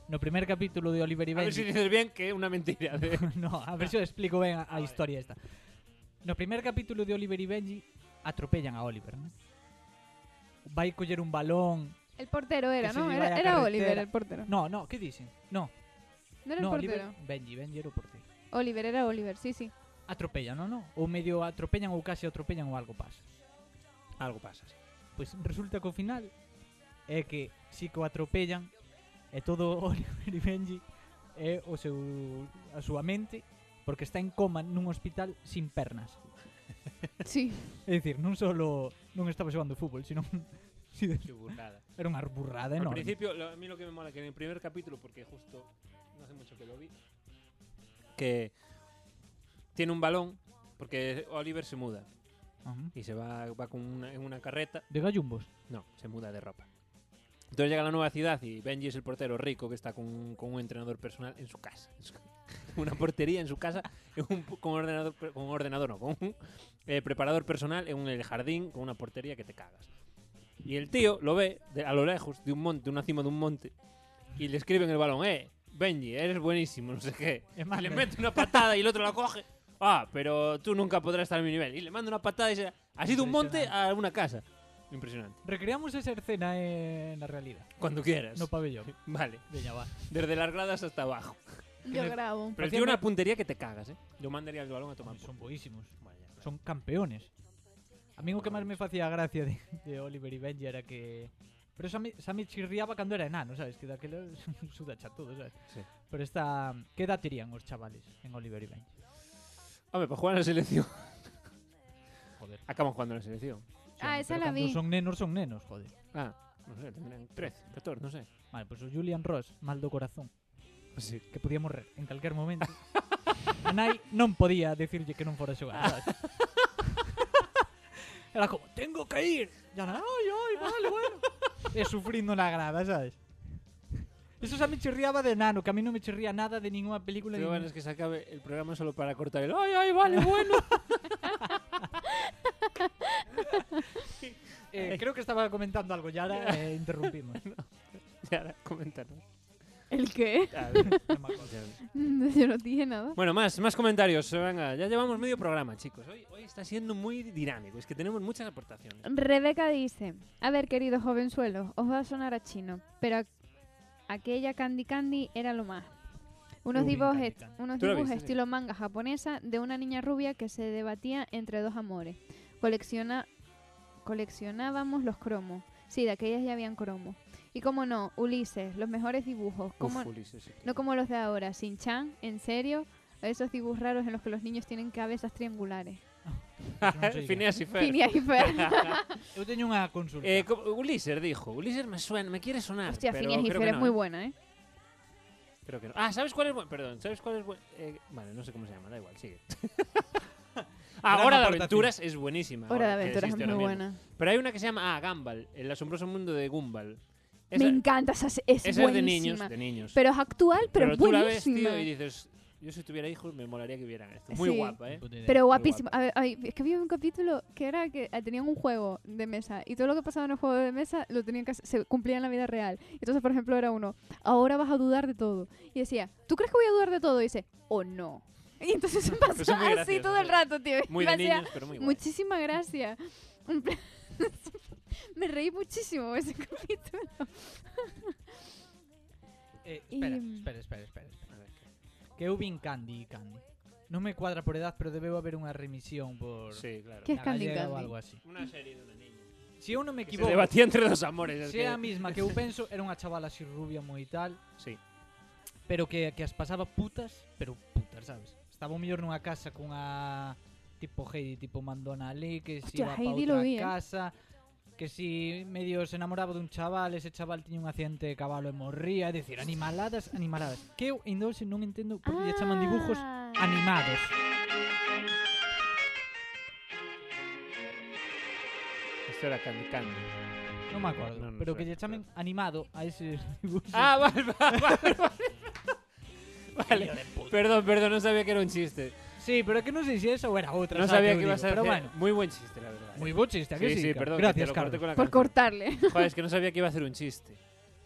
No primer capítulo de Oliver y A ver si Benji... dices bien que es una mentira. de- no, a ver se o explico ben a, a Vale. historia esta. No primer capítulo de Oliver y Benji atropellan a Oliver, non? Vai coller un balón... El portero era, Que se ¿no? lleva Era, la era carretera. Oliver el portero. No, no, que dicen? No, No era no, el Oliver... portero. Benji, Benji era o portero. Oliver era Oliver, sí, sí. Atropellan, non, non? Ou medio atropellan ou case atropellan ou algo pasa. Algo pasa. sí. Pois resulta que o final é que si que o atropellan e todo Oliver e Benji é o seu a súa mente porque está en coma nun hospital sin pernas. Sí. É dicir, non solo non estaba xogando fútbol, sino si de- Qué burrada. era unha burrada Al enorme. principio, lo- a mí lo que me mola que en el primer capítulo, porque justo no hace mucho que lo vi, que tiene un balón, porque Oliver se muda Ajá. y se va, va con una, en una carreta. De gallumbos. No, se muda de ropa. Entonces llega a la nueva ciudad y Benji es el portero rico que está con, con un entrenador personal en su casa. En su- una portería en su casa en un- con un ordenador, pre- con un ordenador no, con un eh, preparador personal en un- el jardín con una portería que te cagas. Y el tío lo ve de- a lo lejos de un monte, de una cima de un monte, y le escribe en el balón, eh, Benji, eres buenísimo, no sé qué. Es más, Y le me- mete una patada y el otro la coge. Ah, pero tú nunca podrás estar a mi nivel. Y le manda una patada y se... Ha sido un monte a una casa. Impresionante. Recreamos esa escena en la realidad, Cuando quieras. no pabellón. Vale, Veña, va. desde las gradas hasta abajo. Yo grabo. Pero tiene una puntería que te cagas, ¿eh? Yo mandaría el balón a tomar. Son por- boísimos. Bueno, ya está. son campeones. A mí o que máis me facía gracia de, de Oliver y Benji era que... Pero xa me, xa me chirriaba cando era enano, sabes? Que daquela suda xa todo, sabes? Sí. Pero esta... Que edad terían os chavales en Oliver y Benji? Hombre, para jugar a la selección. Joder. Acaban jugando a la selección. Ah, esa Pero la cuando vi. son nenos, son nenos, joder. Ah, no sé, tendrán 13, 14, no sé. Vale, pues o Julian Ross, mal do corazón, Pues sí. que podía morrer en calquer momento. a nai non podía decirlle que non fora xogar, sabes? Era como, tengo que ir. E ela, ai, ai, vale, bueno. e sufrindo na grada, sabes? Eso xa me chirriaba de nano, que a mí non me chirría nada de ninguna película. Pero de bueno, es que se acabe el programa solo para cortar el. ¡Ay, ay, vale, bueno! Eh, creo que estaba comentando algo, ya ahora eh, interrumpimos. ya, ahora, coméntanos. ¿El qué? Ya, No me acuerdo. Yo no dije nada. Bueno, más, más comentarios. Venga, ya llevamos medio programa, chicos. Hoy, hoy está siendo muy dinámico. Es que tenemos muchas aportaciones. Rebeca dice, a ver, queridos jovenzuelos, os va a sonar a chino, pero aqu- aquella Candy Candy era lo más. Unos Uy, dibujos, Candy Candy. unos Tú la dibujos viste, sí. estilo manga japonesa de una niña rubia que se debatía entre dos amores. Colecciona, coleccionábamos los cromos. Sí, de aquellas ya habían cromos. Y cómo no, Ulises, los mejores dibujos. Cómo, Uf, Ulises, sí. no como los de ahora, Sin Chan, en serio, esos dibujos raros en los que los niños tienen cabezas triangulares. Eso non sei que- Phineas y Ferb. Phineas y Ferb. Eu teño unha consulta. Eh, co- Ulises dijo. Ulises me suena, me quiere sonar. Hostia, pero Phineas y creo que Ferb es no, muy ¿eh? buena, ¿eh? Creo que no. Ah, ¿sabes cuál es bueno? Perdón, ¿sabes cuál es bueno? vale, no sé cómo se llama, da igual, sigue. ah, Gran Hora de aportación. Aventuras es buenísima. Hora de ahora, que aventuras es existe muy ahora mismo. buena. Pero hay una que se llama Ah, Gumball, el asombroso mundo de Gumball. Esa, Me encanta esa se- es esa es de niños, buenísima. de niños. Pero es actual, pero, tú la ves, buenísima. tío, y dices, yo si tuviera hijos me molaría que vieran esto. Muy Sí. guapa, ¿eh? Puta idea. pero guapa. guapísima. A ver, ay, es que había un capítulo que era que eh, tenían un juego de mesa y todo lo que pasaba en el juego de mesa lo tenían que hacer- se cumplía en la vida real. Entonces, por ejemplo, era uno, ahora vas a dudar de todo. Y decía, ¿tú crees que voy a dudar de todo? Y dice, o no. Y entonces se es muy pasó así gracioso, todo el sí. rato, tío. Muy Me de hacía- niños, pero muy guay. Muchísima gracia. En plan, Me reí muchísimo ese capítulo. Eh, espera, Y- espera, espera, espera, espera. Que eu vin Candy e Candy. Non me cuadra por edad, pero debeu haber unha remisión por Sí, claro. ¿Qué? na es Candy gallega Candy? ou algo así. Una serie de una niña. Se eu non me Que se equivoco, debatía entre dos amores. es se é que- a mesma que eu penso, era unha chavala así rubia moi tal, Sí. pero que, que as pasaba putas, pero putas, sabes? Estaba o mellor nunha casa cunha tipo Heidi, tipo Mandona ali, que si Hostia, iba Heidi pa lo outra vi, eh. casa, que si medio se enamoraba dun chaval, ese chaval tiña un accidente de cabalo e morría, é dicir, animaladas, animaladas. Que eu ainda hoxe non entendo por que lle chaman dibujos Ah. animados. Esto era Candy Candy. Non me acordo, No, no sé, pero que lle chamen animado a ese dibujo. Ah, vale, vale, vale. Vale. Vale. Perdón, perdón, no sabía que era un chiste. Sí, pero que non sei se esa ou era outra. No xa sabía te que o ibas a digo, Pero hacer. bueno, Muy buen chiste, la verdad. moi bo chiste, a que sí, sí, Carlos? perdón. que te Gracias, lo corté Carlos. con la Por canción. cortarle. Joder, es que no sabía que iba a hacer un chiste.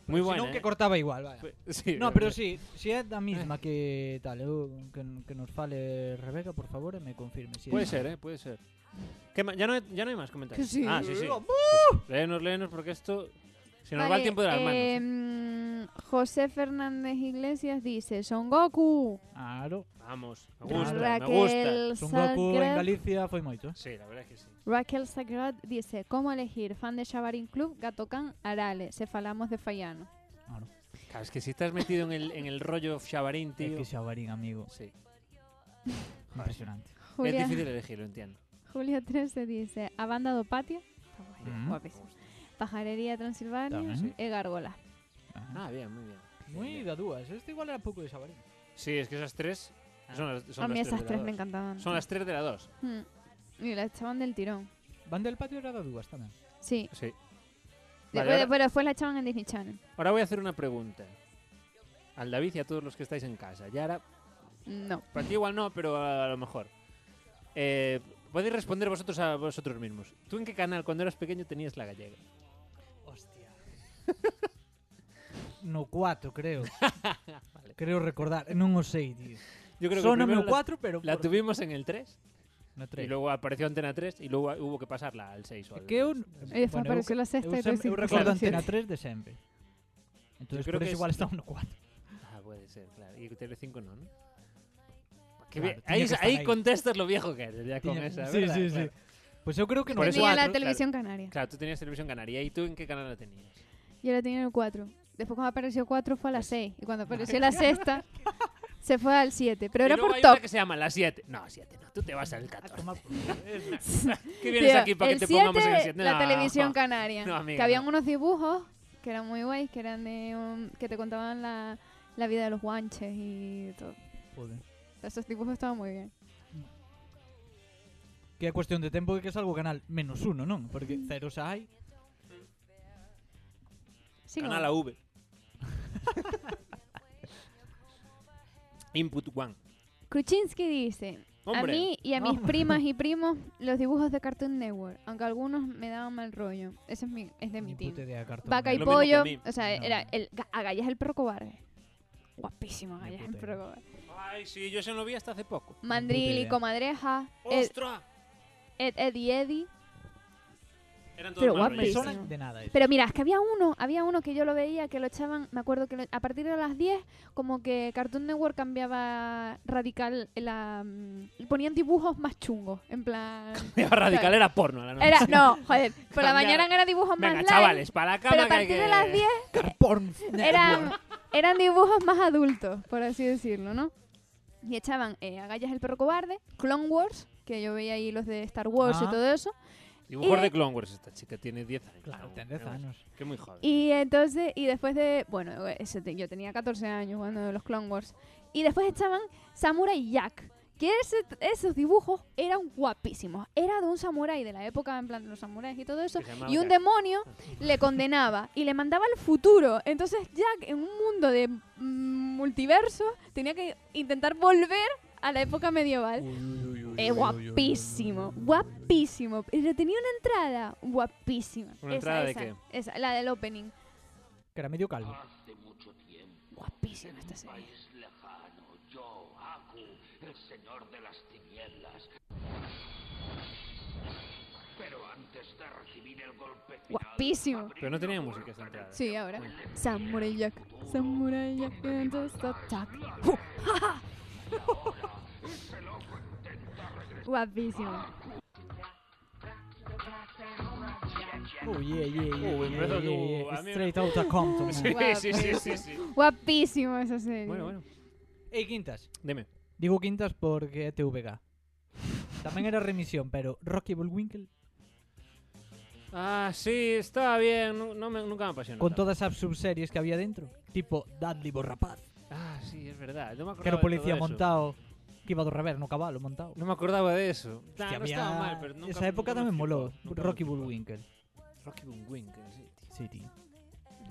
Muy Si bueno. ¿eh? non, que cortaba igual, vale. Sí, No, la pero verdad. sí, si é da mesma que tal, eu, que, que nos fale Rebeca, por favor, e me confirme. Si Puede é. ser, ¿eh? Puede ser. ¿Qué ma- ya, no hay, ya no hay más comentarios. Que sí. Ah, sí, sí. Léenos, léenos, porque esto se nos va el Vale, tiempo de las eh, manos. mm, José Fernández Iglesias dice, Son Goku. eh. Claro. Vamos, me gusta, me gusta. Raquel, Son Goku en Sagrat, Galicia foi moito. Sí, la verdad es que sí. Raquel Sagrat dice, ¿cómo elegir? Fan de Xabarín Club, Gatocan, Arale. Se falamos de Fallano. Claro. Claro, es que si estás metido en el, en el rollo Xabarín, É tío. que Xabarín, amigo, Sí. impresionante. Es Julia, difícil elegir, lo entiendo. Julia 13 dice, Abandado Patio. Está guay, Mm. guapísimo. Pajarería Transilvania. Tamén. Sí. E Gárgola. Ah, bien, muy bien. Moi da dúas, este igual era pouco de Xabarín. Sí, es que esas tres Ah. son las, son A mí las esas tres, de tres la me dos. encantaban. Son las tres de la dos. Mm. Y la echaban del tirón. Van del patio era da dúas tamén. Sí. Sí. Vale, Después, ahora- pero después la echaban en Disney Channel. Ahora voy a hacer una pregunta. Al David y a todos los que estáis en casa. Yara, No. para ti igual no, pero a, lo mejor. Eh, podéis responder vosotros a vosotros mismos. ¿Tú en qué canal cuando eras pequeño tenías la gallega? Hostia. No 4, creo. Creo recordar, non o sei, tío. Yo creo que Sóname primero o la- 4, pero la, por- tuvimos en el 3 no y tres. luego apareció Antena 3 y luego hubo que pasarla al 6 o al Que eu, Ella bueno, eu apareció la sexta Eu, y sempre, eu Resident Evil recordo Antena 7. 3 de sempre. Entón, Yo creo por que eso es- igual está no 4. Ah, puede ser, claro. Y Tele5 no, ¿no? Qué Claro, bien. tenía Ahí, que estar ahí ahí. contestas lo viejo que eres, ya con Tiña- esa, sí, ¿verdad? sí, claro. sí. Pues yo creo que no. Por eso- Tenía la Cuatro, televisión canaria. Claro, tú tenías televisión canaria. ¿Y tú en qué canal la tenías? Yo la tenía en el 4. Después cuando apareció 4 fue a la 6. Y cuando apareció la sexta Se fue al 7, pero Y era luego por hay top. una que se llama la 7. No, 7 no, tú te vas al 14. ¿Qué vienes Tío, aquí para que el te pongamos en el 7, 7? La televisión canaria. No, amiga, que habían no. unos dibujos que eran muy guays, que eran de um, que te contaban la, la vida de los guanches y todo. Joder. Esos dibujos estaban muy bien. Que é cuestión de tempo de que salgo o canal menos uno, non? Porque cero xa hai. Sí, Canal ¿no? AV. Input One. Kruczynski dice, Hombre. a mí y a mis Hombre. primas y primos los dibujos de Cartoon Network, aunque algunos me daban mal rollo. Ese es, mi, es de mi Ni team. puta idea, cartón. Vaca y Lo mismo que pollo, a mí. o sea, No. era el, Agallas el perro cobarde. Guapísimo Agallas el puta perro idea. cobarde. Ay, sí, yo se lo vi hasta hace poco. Mandril y idea. comadreja, Ed, ¡Ostras! Ed, Ed y Eddie. Eran todos pero mal Me rollos. guapísimo. suena de nada eso. Pero mira, es que había uno, había uno que yo lo veía, que lo echaban, me acuerdo que lo- a partir de las 10, como que Cartoon Network cambiaba radical la... mm, ponían dibujos más chungos, en plan... Radical era porno a la noche. Era, no, joder, por la Cambiar. mañana eran dibujos más Venga, light, chavales, para la cama pero a que hay partir que- de las 10 Carporn. eran, eran dibujos más adultos, por así decirlo, ¿no? Y echaban eh, Agallas el perro cobarde, Clone Wars, que yo veía ahí los de Star Wars y Ah. todo eso, Dibujos Y- de Clone Wars. Esta chica tiene 10 años. Claro, aún, ten 10 aún. anos. Que muy joven. Y entonces, y después de, bueno, eso te- yo tenía 14 años cuando los Clone Wars. Y después echaban Samurai Jack, que ese- esos dibujos eran guapísimos. Era de un samurái de la época, en plan de los samuráis y todo eso. Que se llamaba Y un Jack. demonio le condenaba y le mandaba al futuro. Entonces Jack, en un mundo de mm, multiverso, tenía que intentar volver a la época medieval. Eh, guapísimo, guapísimo. Pero tenía una entrada guapísima. ¿Una Esa, entrada de esa, qué? Esa, la del opening. Que era medio calvo. Guapísima esta serie. Guapísimo. Pero no tenía música esta entrada. Sí, ahora. Samurai Jack. Samurai Jack. and just attack. ¡Fu! ¡Ja, ja! Guapísimo. Oh, yeah, yeah, yeah. Uh, yeah, empezó yeah, que- yeah, uh, a mí- Straight out of Compton. Sí, Guapo. sí, sí, sí, sí. Guapísimo esa serie. Bueno, bueno. Ei, Quintas. Dime. Digo Quintas porque é TVG. Tamén era remisión, pero Rocky Bullwinkle Ah, sí, estaba bien. No, no me, nunca me apasionó. con tanto. todas as subseries que había dentro, tipo Dudley Borrapaz, Ah, sí, es verdad. No me acordaba que era o de policía todo eso. montado, que iba do revés no cabalo montado. No me acordaba de eso. Hostia, Ah, no había- estaba mal, pero nunca- Esa época nunca me tamén molou, flipó, nunca me Rocky flipó. Bullwinkle. Rocky Bullwinkle, sí, tío. Sí, tío.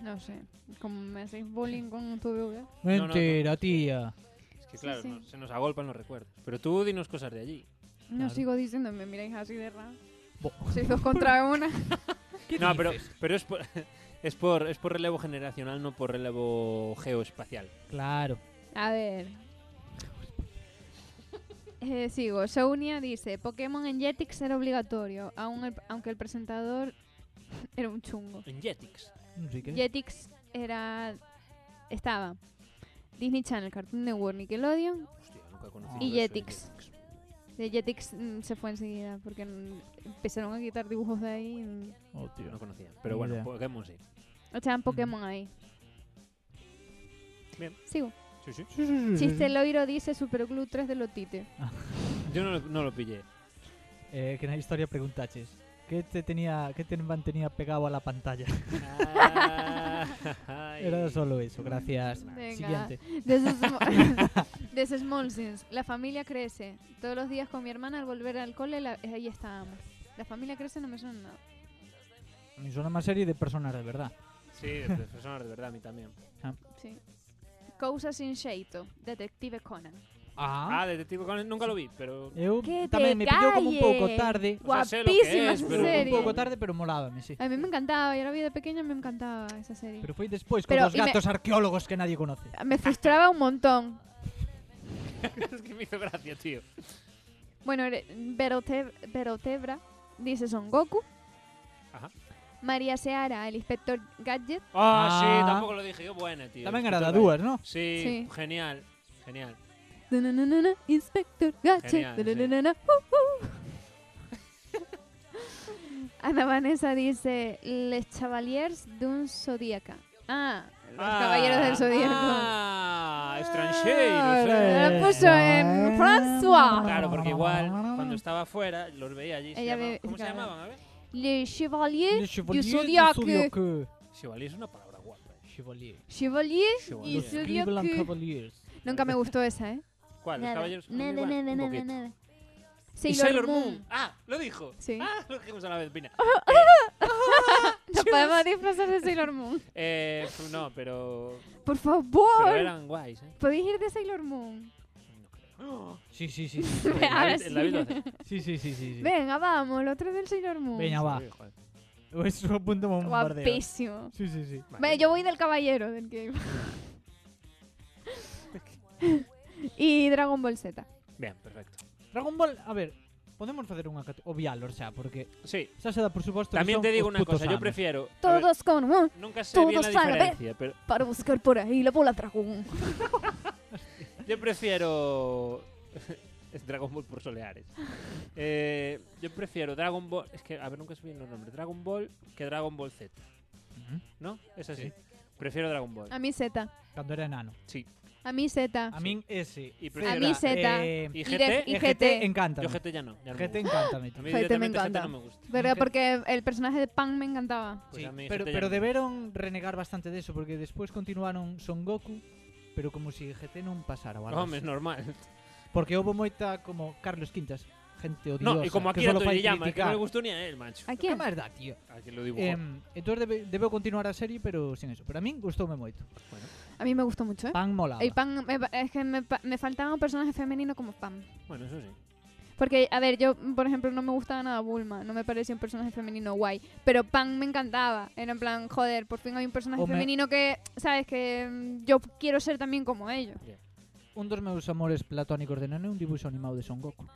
No sé. Como me hacéis bullying con tu no, bebé. no. Mentira, tía. Es que Sí, claro, sí. no- se nos agolpan los recuerdos. Pero tú dinos cosas de allí. No Claro. sigo diciendo, me miráis así de raro. Bo. Sois dos contra una. No, pero, pero es, por, es, por, es por relevo generacional, no por relevo geoespacial. Claro. A ver. Eh, sigo. Sonia dice, Pokémon en Jetix era obligatorio, aun el- aunque el presentador era un chungo. En Jetix. Non sei que. Jetix era... Estaba. Disney Channel, Cartoon Network, Nickelodeon. Hostia, nunca he conocido eso Y de Jetix. De Jetix mm, se fue enseguida porque mm, empezaron a quitar dibujos de ahí. mm, Oh, tío. No conocía. Pero Ni bueno, pues idea. Pokémon sí. Echaban Pokémon ahí. Mm. Bien. Sigo. Sí, sí. Chiste Loiro dice Superglue 3 de Lotite. Yo no, lo- no lo pillé. Eh, que na historia preguntaches. Que te tenía, que te mantenía pegado a la pantalla? Era solo eso, gracias. Venga. Siguiente. De esos sm- de esos small things. La familia crece. Todos los días con mi hermana al volver al cole, la- ahí estábamos. La familia crece no me suena nada. Me suena más serie de personas de verdad. Sí, de personas de verdad, a mí también. Sí. Cosas sin xeito. Detective Conan. Ah, Detective Conan nunca lo vi, pero... Eu Que tamén te me pillou como un pouco calles. tarde. O sea, sé lo que Guapísima es, esa pero- Un serie. pouco tarde, pero molábame, sí. A mí me encantaba. Yo la vi de pequeña y me encantaba esa serie. Pero foi despois con Pero, os y me- gatos arqueólogos que nadie conoce. Me frustraba un montón. es que me hizo gracia, tío. Bueno, ere- Verote- Verotebra dice Son Goku. Ajá. María Seara, el inspector Gadget. Ah, Ah. sí, tampoco lo dije yo. Buena, tío. Tamén Escucha, era da vale. dúas, non? Sí, Sí. genial. Genial. Dununununa, Inspector Gadget. Genial, sí. Dununununa, uh, uh. Ana Vanessa dice Les Ah. Chevaliers d'un Zodíaca. Ah, los caballeros del Zodíaco. Ah, extranjero. Pero Ah, la puso en François. Claro, porque igual cuando estaba afuera los veía allí. se Ella llamaban- ve- ¿Cómo se claro. llamaban? A ver. Le Chevalier Chevalier eh. du du Zodiac. Zodiaque. Chevalier es una palabra guapa. eh. Chevalier. Chevalier du Chevalier. Los Cleveland Zodiac. eh. Cavaliers. Nunca me gustó esa, ¿eh? ¿Cuál? ¿Los Nada, caballeros? nada, Igual, nada, un nada, poquito. nada. Y Sailor, Sailor Moon. Ah, lo dijo. Sí. Ah, lo dijimos a la vez. Pina. Nos podemos disfrazar de Sailor Moon. Eh, f- no, pero, Por pero favor. eran guays. ¿eh? Podéis ir de Sailor Moon. No creo. Sí, sí, sí. sí. Joder, el Ahora David- el David lo hace. Sí, sí, sí, sí. sí. Venga, vamos, los tres del Sailor Moon. Veña, Ah, va. Sí, joder. Es un punto bombardeo. Guapísimo. Sí, sí, sí. Ve, yo voy del caballero del que iba. y Dragon Ball Z. Bien, perfecto. Dragon Ball, a ver, podemos facer unha cate- obvialo, o sea, porque Sí. xa se dá por suposto que También te son digo os una putos cosa. Yo anos. prefiero. a ver, Todos con Moon Nunca sé bien la todos a la vez. diferencia, pero para buscar por ahí la bola dragón. yo prefiero. es Dragon Ball por soleares. Eh, yo prefiero Dragon Ball. Es que, a ver, nunca sé bien los nombres. Dragon Ball que Dragon Ball Z. Ujú. ¿No? Es así. Sí. Prefiero Dragon Ball. A mí Z. Cando era enano. Sí. A mí Z. A min ese. Y Ah, A prefiero. mí Z. Eh, ¿Y Y GT? de- y GT GT. encanta. Yo GT ya no. ya no me GT gusta. encanta. A mí GT me directamente encanta. GT no me gusta. Verga, porque el personaje de Pan me encantaba. Pues a mí pero, GT ya pero no me deberon renegar bastante de eso porque despois continuaron Son Goku, pero como si GT non pasara, o algo Home, así. normal. Porque houve moita como Carlos Quintas, gente odiosa. No, y como que aquí solo fai Toriyama, que no criticar. le gustó ni a él, macho. ¿A Que quién? máis dá, tío? A que lo dibujó. Eh, entón debe, debeu continuar a serie, pero sin eso. Pero a min gustoume moito. A mí me gustó mucho, ¿eh? Pan molaba. El Pan, me- es que me, pa- me faltaba un personaje femenino como Pan. Bueno, eso sí. Porque, a ver, yo, por ejemplo, no me gustaba nada Bulma, no me parecía un personaje femenino guay, pero Pan me encantaba. Era en plan, joder, por fin hay un personaje Hombre. femenino que, ¿sabes? Que mm, yo quiero ser también como ellos. Un dos meus amores platónicos de neno é un dibuixo animado de Son Goku.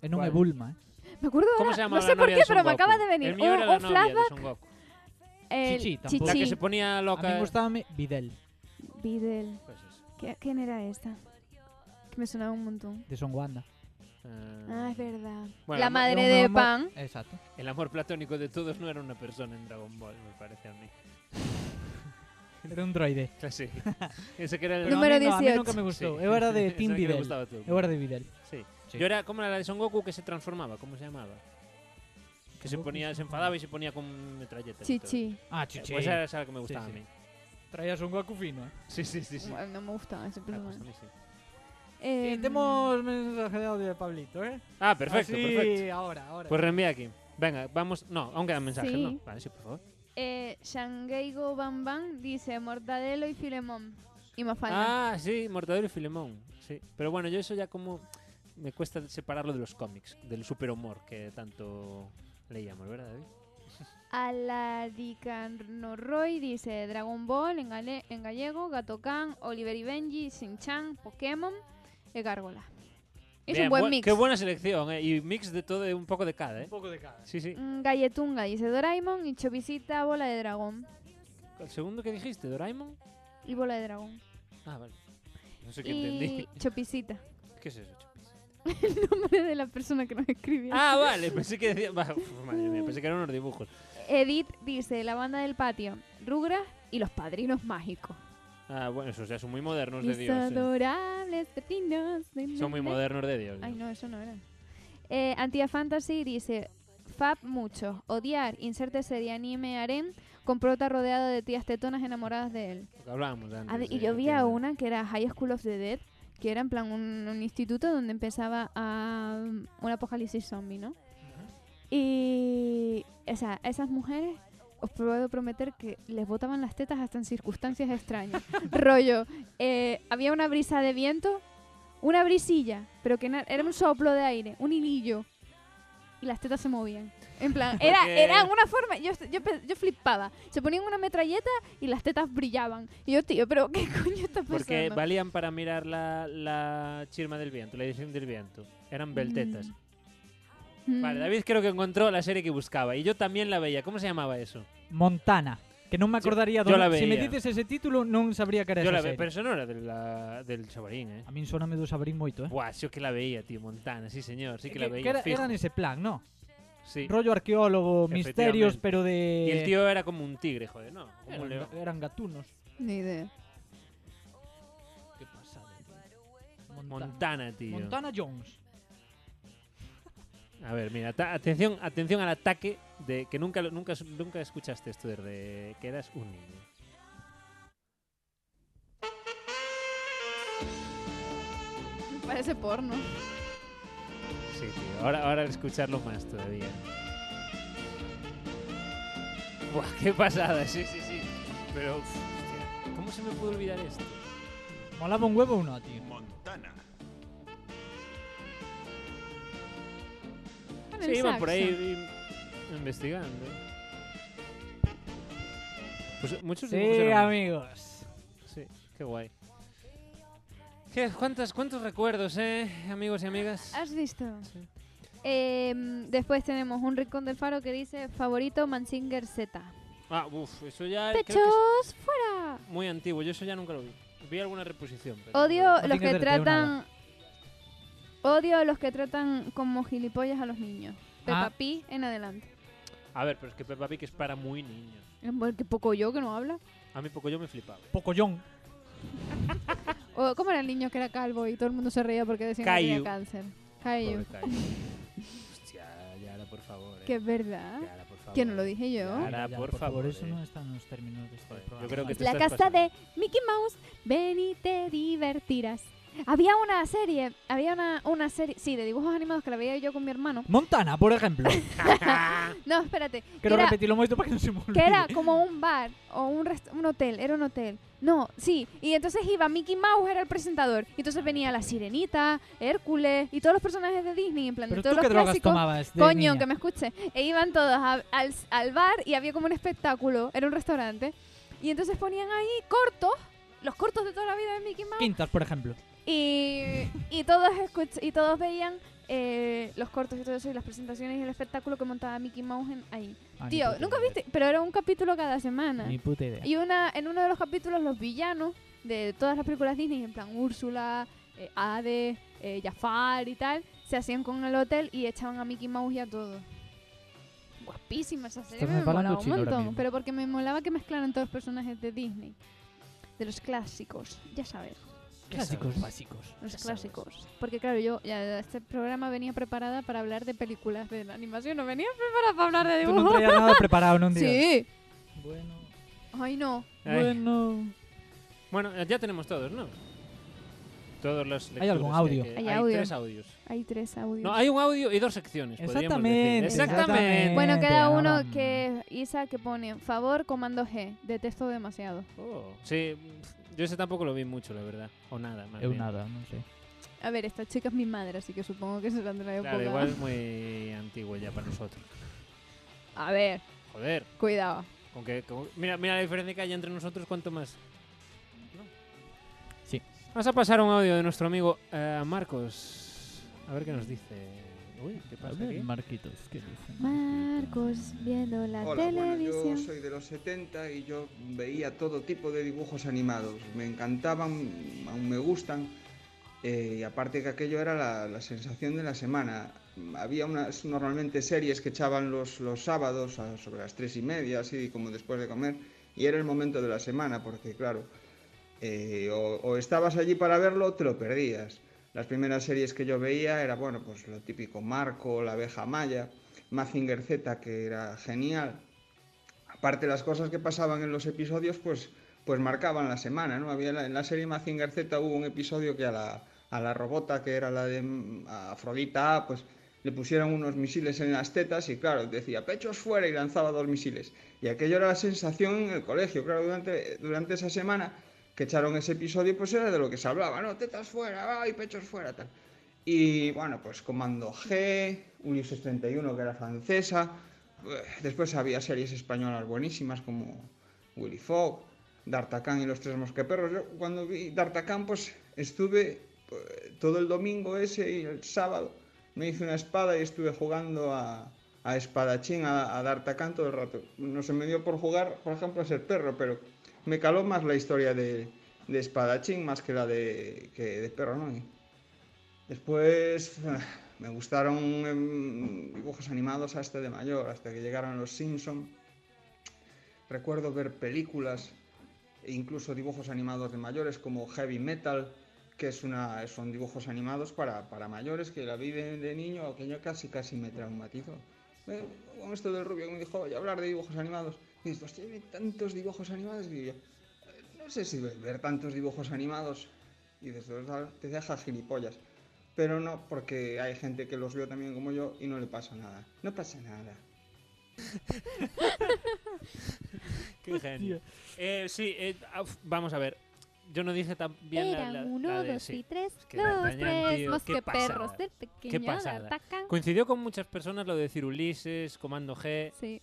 E non é Cuál? Bulma, eh? Me acuerdo ¿Cómo ahora, se llama no la sé por novia qué, de Son pero me Goku? acaba de venir Oh, El mío un, era la un novia de flashback. Son Goku. El Chichi, tampoco. La que Chichi. se ponía A loca. min gustábame Videl, Videl. Pues eso. ¿Qué- ¿Quién era esta? Que me sonaba un montón. de Son Wanda. Eh, Ah, es verdad. Bueno, la ma- madre Era un de amor- Pan. Exacto. El amor platónico de todos no era una persona en Dragon Ball, me parece a mí. Era un droide. Sí. Ese que era el Pero a Número mí no, a mí 18. nunca me gustou. Sí. Eu era de Ese Team era que le Videl. gustaba a todo el Eu mundo. era de Videl. Sí. Sí. Yo era como era la de Son Goku que se transformaba, ¿cómo se llamaba? Que se Goku ponía, se se enfadaba y se ponía con metralleta. Chichi. Ah, chichi. Pues esa era la que me Sí, gustaba sí. a mí. Traías un Goku fino, eh? Sí, sí, sí. sí. Bueno, no me gustaba ese Ah, pues a personaje. mí sí. Eh, Eh, Temos mensaje de audio de Pablito, eh? Ah, perfecto, Así, perfecto. ahora, ahora. Pues reenvía aquí. Venga, vamos. No, aún quedan mensajes, Sí. ¿no? Vale, sí, por favor. eh, Shangeigo Bam Bam dice Mortadelo y Filemón. Y Mafalda. Ah, sí, Mortadelo y Filemón. Sí. Pero bueno, yo eso ya como. Me cuesta separarlo de los cómics, del superhumor que tanto leíamos, ¿verdad, David? Aladicanoy dice Dragon Ball en, gale- en gallego, Gato Khan, Oliver y Benji, Shin-Chan, Pokémon y Gárgola. Es Bien, un buen buen- mix. Qué buena selección, ¿eh? Y mix de todo, un poco de cada, ¿eh? pouco de cada. Sí, sí. Mm, Galletunga dice Doraemon y Chovisita, Bola de Dragón. ¿El segundo que dijiste, Doraemon? Y Bola de Dragón. Ah, vale. No sé qué Y entendí. Chopisita, ¿Qué es eso, chupis? el nombre de la persona que nos escribió. Ah, vale, pensé que decía. va, uf, madre mía, pensé que eran unos dibujos. Edith dice la banda del patio, Rugras y los padrinos mágicos. Ah, bueno, esos ya son muy modernos de Mis Dios. eh. adorables patinos. Son muy modernos de Dios. Ay, ¿no? no, eso no era. Eh, Antia Fantasy dice: Fab mucho, odiar, inserte serie anime harem con prota rodeado de tías tetonas enamoradas de él. Lo que hablábamos antes. A ver, Ah, y eh, yo vi a entiendo. una que era High School of the Dead, que era en plan un, un instituto donde empezaba a, um, un apocalipsis zombie, ¿no? Y o sea, a esas mujeres os puedo prometer que les botaban las tetas hasta en circunstancias extrañas. Rollo, eh, había una brisa de viento, una brisilla, pero que na- era un soplo de aire, un hilillo. Y las tetas se movían. En plan, era, Porque- era una forma. Yo, est- yo, pe- yo flipaba. Se ponían una metralleta y las tetas brillaban. Y yo, tío, ¿pero qué coño está pasando? Porque valían para mirar la, la chirma del viento, la edición del viento. Eran beltetas. Mm. Vale, David creo que encontró la serie que buscaba. Y yo también la veía. ¿Cómo se llamaba eso? Montana. Que non me acordaría Yo- yo do- la Se me veía. dices ese título non sabría que era yo la esa veía, serie. pero eso no era de la- del chavalín, ¿eh? A min soname do Sabrín moito, eh? Buah, yo que la veía, tío, Montana, sí señor, sí que, la veía. era, fijo. era nese plan, no? Sí. Rollo arqueólogo, Efectivamente. misterios, pero de... Y el tío era como un tigre, joder, no, como un Eran, león. eran gatunos. Ni idea. Qué pasada. Montana. Montana, tío. Montana Jones. A ver, mira, ta- atención, atención al ataque de que nunca, lo- nunca, nunca escuchaste esto desde que eras un niño. Parece porno. Sí, tío. Ahora, ahora al escucharlo más todavía. Buah, qué pasada, sí, sí, sí. Pero, uf, hostia, ¿cómo se me pudo olvidar esto? Molaba un huevo o no, tío. Montana. Con Sí, el iban por saxo. ahí in- investigando. Pues muchos dibujos Sí, eran- amigos. Sí, qué guay. ¿Qué, cuántas, ¿Cuántos recuerdos, eh, amigos y amigas? ¿Has visto? Sí. Em, después tenemos un rincón del faro que dice favorito Mansinger Z. Ah, uff, eso ya creo que es ¡Pechos fuera! muy antiguo. Yo eso ya nunca lo vi. Vi alguna reposición. pero- Odio No los tiene que verteo tratan. Odio los que tratan como gilipollas a los niños. Peppa Ah. Pig en adelante. A ver, pero es que Peppa Pig es para muy niños. Que poco yo que no habla. A mí poco yo me flipaba. Pocoyón. O, ¿Cómo era el niño que era calvo y todo el mundo se reía porque decían que tenía Caillou. cáncer? Caillou. Pobre Kai. Hostia, Yara, por favor. eh. Que es verdad. Yara, por favor. Que no lo dije yo. Yara, Ya, ya, por, favor. eso eh. no están en los términos de este Joder, yo programa. creo que Vale. te- La estás casa pasando. de Mickey Mouse, ven y te divertirás. Había una serie, había una, una serie, sí, de dibujos animados que la veía yo con mi hermano. Montana, por ejemplo. No, espérate. que Quiero era- repetirlo mucho para que no se me olvide. que era como un bar o un, rest- un hotel, era un hotel. No, sí, y entonces iba Mickey Mouse, era el presentador. Y entonces venía la sirenita, Hércules y todos los personajes de Disney, en plan, de Pero todos tú los qué drogas clásicos. tomabas de Coño, niña? que me escuche. E iban todos a- al, al bar y había como un espectáculo, era un restaurante. Y entonces ponían ahí cortos, los cortos de toda la vida de Mickey Mouse. Quintas, por ejemplo. Y, y todos escuch- y todos veían eh, los cortos y todo eso y las presentaciones y el espectáculo que montaba Mickey Mouse en- ahí. Ah, ni Tío, puta nunca idea. viste, pero era un capítulo cada semana. Ni puta idea. Y una, en uno de los capítulos los villanos de todas las películas Disney, en plan Úrsula, eh, Hades, eh, Jafar y tal, se hacían con el hotel y echaban a Mickey Mouse y a todos. Guapísima esa serie, Estás me hablando molaba un chino ahora montón. mismo. Pero porque me molaba que mezclaran todos los personajes de Disney. De los clásicos, ya sabes, Clásicos básicos. los Ya sabes. clásicos. Porque claro, yo ya este programa venía preparada para hablar de películas de la animación, no venía preparada para hablar de Tú no dibujos. traías nada preparado en un día. sí. Bueno. Ay, no. Ay. Bueno. Bueno, eh, ya tenemos todos, ¿no? Todos los Hay algún audio. Hay, Hay audio. tres audios. Hay tres audios. No, hay un audio y dos secciones. podríamos decir. Exactamente. Exactamente. Bueno, queda Ahora, uno mm, que Isa que pone, favor, comando G, detesto demasiado. Oh, Sí, pf, yo ese tampoco lo vi mucho, la verdad. O nada, más Eu bien. nada, non sei. A ver, esta chica es mi madre, así que supongo que será de la época. Claro, igual es muy antiguo ya para nosotros. A ver, Joder, cuidado. con que, con- mira, mira la diferencia que hay entre nosotros, cuanto más. ¿No? Sí. Vamos a pasar un audio de nuestro amigo eh, Marcos. A ver qué nos dice. Uy, ¿qué A pasa ver, aquí? Marquitos, que dicen? Marcos viendo la Hola, bueno, televisión. yo soy de los 70 y yo veía todo tipo de dibujos animados. Me encantaban, aún me gustan. eh, y aparte que aquello era la, la sensación de la semana. Había unas normalmente series que echaban los, los sábados a- sobre las tres y media, así como después de comer, y era el momento de la semana, porque claro, eh, o, o estabas allí para verlo o te lo perdías. Las primeras series que yo veía era, bueno, pues lo típico Marco, la abeja Maya, Mazinger Z, que era genial, aparte las cosas que pasaban en los episodios, pues, pues marcaban la semana, ¿no? Había la- en la serie Mazinger Z hubo un episodio que a la, a la robota, que era la de mm, a Afrodita A, pues le pusieron unos misiles en las tetas y claro, decía pechos fuera y lanzaba dos misiles. Y aquello era la sensación en el colegio, claro, durante, durante esa semana que echaron ese episodio, pues era de lo que se hablaba, ¿no? Tetas fuera, ay, pechos fuera, tal. Y bueno, pues Comando G, Ulises 31, que era francesa. eh, Después había series españolas buenísimas como Willy Fogg, D'Artagnan y los tres mosqueperros. Yo cuando vi D'Artagnan, pues estuve eh, todo el domingo ese y el sábado me hice una espada y estuve jugando a, a espadachín, a, a D'Artagnan todo el rato. No se me dio por jugar, por ejemplo, a ser perro, pero me caló más la historia de, de espadachín más que la de, que de perro, ¿no? Y- Después me gustaron em, dibujos animados hasta de mayor, hasta que llegaron los Simpson. Recuerdo ver películas e incluso dibujos animados de mayores como Heavy Metal, que es una, son dibujos animados para, para mayores, que la vi de, de niño, que yo casi casi me traumatizó. Eh, Con esto del rubio que me dijo, oye, hablar de dibujos animados. Y dices, hostia, hay tantos dibujos animados. Y yo, eh, no sé si ver, ver tantos dibujos animados. Y dices, "Total, te deja gilipollas. Pero no, porque hay gente que los vio también como yo y no le pasa nada. No pasa nada. Qué genio. Eh, sí, eh, af- vamos a ver. Yo no dije tan bien la- Eran la, la uno, de- dos sí. y tres. Es que los D'Artagnan, tres tío, qué mosqueperros pasada. del Qué pequeño pasada. atacan. Coincidió con muchas personas lo de decir Ulises, Comando G. Sí.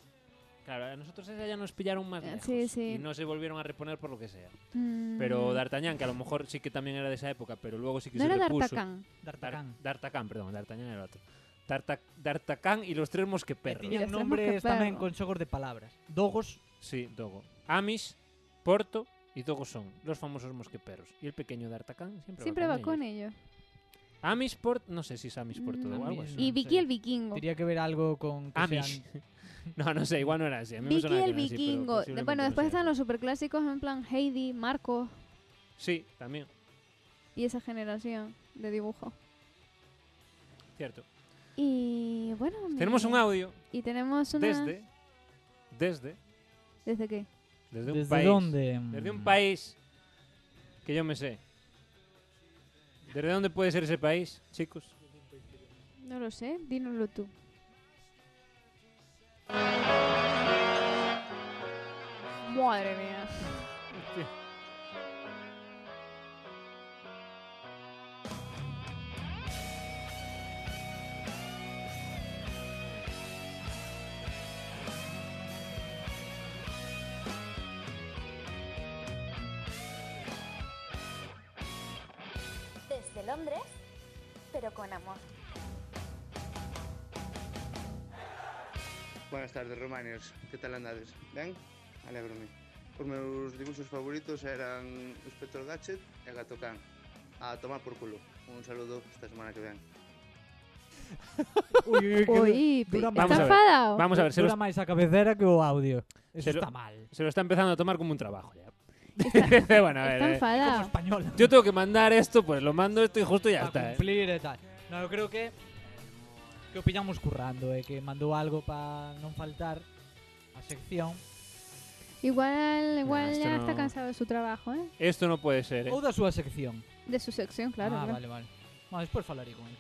Claro, a nosotros esa ya nos pillaron más Eh, lejos sí, sí. y no se volvieron a reponer por lo que sea. Mm. Pero D'Artagnan, que a lo mejor sí que también era de esa época, pero luego sí que ¿No se era repuso. D'Artagnan? D'Artagnan. D'Artagnan, perdón, D'Artagnan era otro. Tarta- D'Artagnan y los tres mosqueperros. Tiñan nombres tamén con xogos de palabras. Dogos. Sí, Dogo. Amis, Porto y Dogo son los famosos mosqueperros. Y el pequeño D'Artagnan siempre, Siempre va va con con ello. ellos. Amis, Porto, no sé si es Amis, Porto Mm. o algo así. Y Vicky el vikingo. Tendría que ver algo con que Amish. sean... No, no sé, igual no era así. A mí me Vicky sonaba que el era así, pero vikingo. De- posiblemente bueno, no después sea. están los superclásicos en plan Heidi, Marco Sí, también, y esa generación de dibujo. cierto. Y bueno. Tenemos me- un audio Y tenemos una. desde... Desde... ¿Desde qué? Desde un ¿Desde país. dónde? Desde un país que yo me sé. ¿Desde dónde puede ser ese país, chicos? No lo sé, dínoslo tú. Madre mía. Desde Londres, pero con amor. Buenas tardes, romanos. Que tal andades? Ben? Alébrome. Os meus dibuxos favoritos eran o Inspector Gadget e Gato Can. A tomar por culo. Un saludo esta semana que ven. Uy, uy, uy, que Uy, dura está máis. Vamos a ver, enfadado. Vamos a ver, se Dura lo, máis a cabecera que o audio. Eso se lo- está mal. se lo está empezando a tomar como un trabajo ya. bueno, a ver, Está eh, enfadado. Español. yo tengo que mandar esto, pues lo mando esto y justo ya a está. eh. cumplir e tal. No, eu creo que que o pillamos currando, eh, que mandou algo para non faltar a sección Igual, igual No, esto ya no- está cansado de su trabajo, ¿eh? Esto no puede ser. eh. ou da súa sección. De su sección, claro. ah, claro. vale, vale. Bueno, despois falarei con él.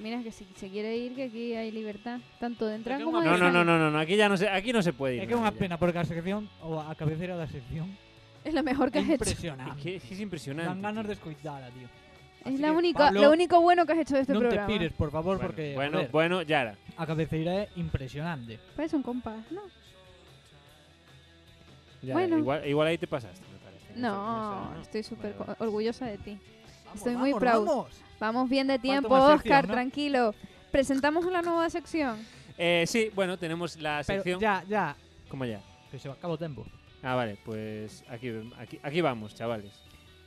Mira que si se quiere ir, que aquí hay libertad. Tanto de entrar que como una- de No, no, salir. no, no, no, no, aquí ya no se, aquí no se puede ir. É que é unha nada, ya. pena porque a sección ou a cabecera da sección Es lo mejor que é has hecho. Es impresionante. que es que es impresionante. Dan ganas tío. de escoitala, tío. Es Así la que, única, Pablo, lo único bueno que has hecho de este non te programa. pires, por favor, Bueno, porque bueno, joder, bueno, Yara. a cabeceira é impresionante. Parece un compás, ¿no? Yara, Bueno. Igual, igual ahí te pasaste, me parece. sé, No, sé, estoy súper Vale, vale. co- orgullosa de ti. Vamos, Estoy muy vamos, proud. vamos. Vamos bien de tiempo, más sección, Oscar, ¿no? tranquilo. Presentamos la nueva sección. Eh, sí, bueno, tenemos la Pero sección. ya, ya, ¿Cómo ya? que se me acaba o tempo. Ah, vale, pues aquí, aquí, aquí vamos, chavales.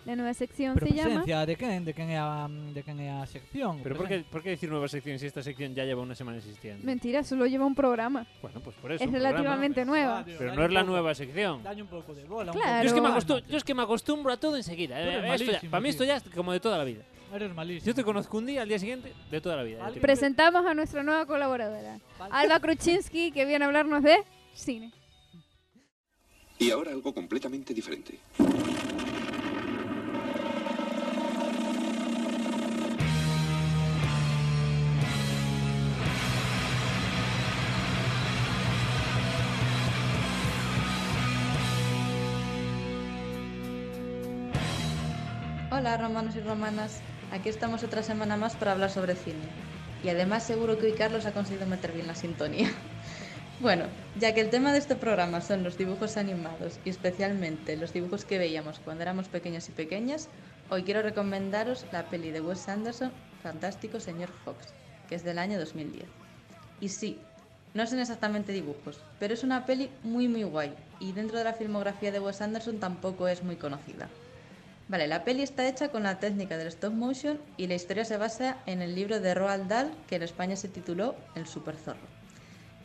La nueva sección Pero se llama presencia, de quen, de quen é a, de quen é a sección? Pero ¿por qué, ¿por qué decir nueva sección si esta sección ya lleva una semana existiendo? Mentira, solo lleva un programa. Bueno, pues por eso. Es un programa. Ah, relativamente nueva. Pero no es la nueva sección. Daño un pouco de bola. Claro. Yo es, que me Pero- acostu- yo es que me acostumbro a todo enseguida. Tú eh, eres esto ya- malísimo, para mí tío. esto ya es como de toda la vida. Eres malísimo. Yo te conozco un día, al día siguiente, de toda la vida. ya Vale. te digo. Presentamos a nuestra nueva colaboradora, Alba Kruczynski, que viene a hablarnos de cine. Y ahora algo completamente diferente. Hola romanos y romanas, aquí estamos otra semana más para hablar sobre cine. Y además seguro que hoy Carlos ha conseguido meter bien la sintonía. Bueno, ya que el tema de este programa son los dibujos animados y especialmente los dibujos que veíamos cuando éramos pequeños y pequeñas, hoy quiero recomendaros la peli de Wes Anderson, Fantástico Señor Fox, que es del año 2010. Y sí, no son exactamente dibujos, pero es una peli muy muy guay y dentro de la filmografía de Wes Anderson tampoco es muy conocida. Vale, la peli está hecha con la técnica del stop motion y la historia se basa en el libro de Roald Dahl que en España se tituló El Super Zorro.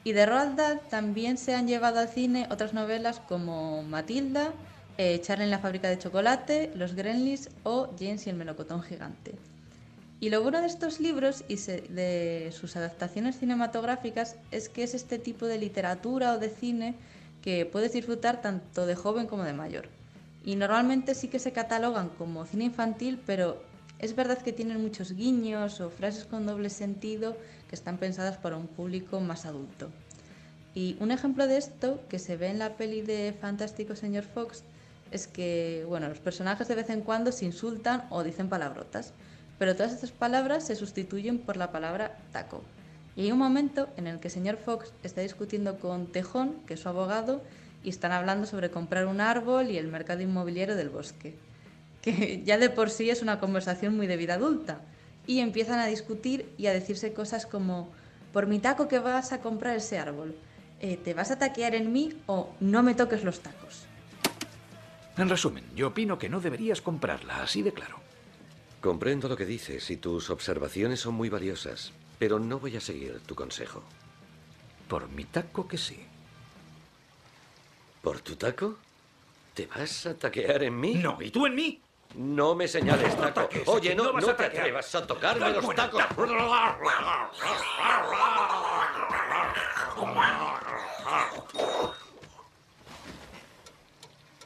Y de Roald Dahl también se han llevado al cine otras novelas como Matilda, eh, Charlie en la fábrica de chocolate, Los Gremlins o James y el melocotón gigante. Y lo bueno de estos libros y se- de sus adaptaciones cinematográficas es que es este tipo de literatura o de cine que puedes disfrutar tanto de joven como de mayor. Y normalmente sí que se catalogan como cine infantil, pero es verdad que tienen muchos guiños o frases con doble sentido que están pensadas para un público más adulto. Y un ejemplo de esto que se ve en la peli de Fantástico Señor Fox es que, bueno, los personajes de vez en cuando se insultan o dicen palabrotas, pero todas estas palabras se sustituyen por la palabra taco. Y hay un momento en el que señor Fox está discutiendo con Tejón, que es su abogado, y están hablando sobre comprar un árbol y el mercado inmobiliario del bosque, que ya de por sí es una conversación muy de vida adulta. Y empiezan a discutir y a decirse cosas como, por mi taco que vas a comprar ese árbol, eh, ¿te vas a taquear en mí o no me toques los tacos? En resumen, yo opino que no deberías comprarla, así de claro. Comprendo lo que dices y tus observaciones son muy valiosas, pero no voy a seguir tu consejo. Por mi taco que sí. ¿Por tu taco? ¿Te vas a taquear en mí? No, ¿y tú en mí? No me señales taco. ataques, Oye, que no, no no, vas a te taquear. atrevas a tocarme Dale, los bueno, tacos.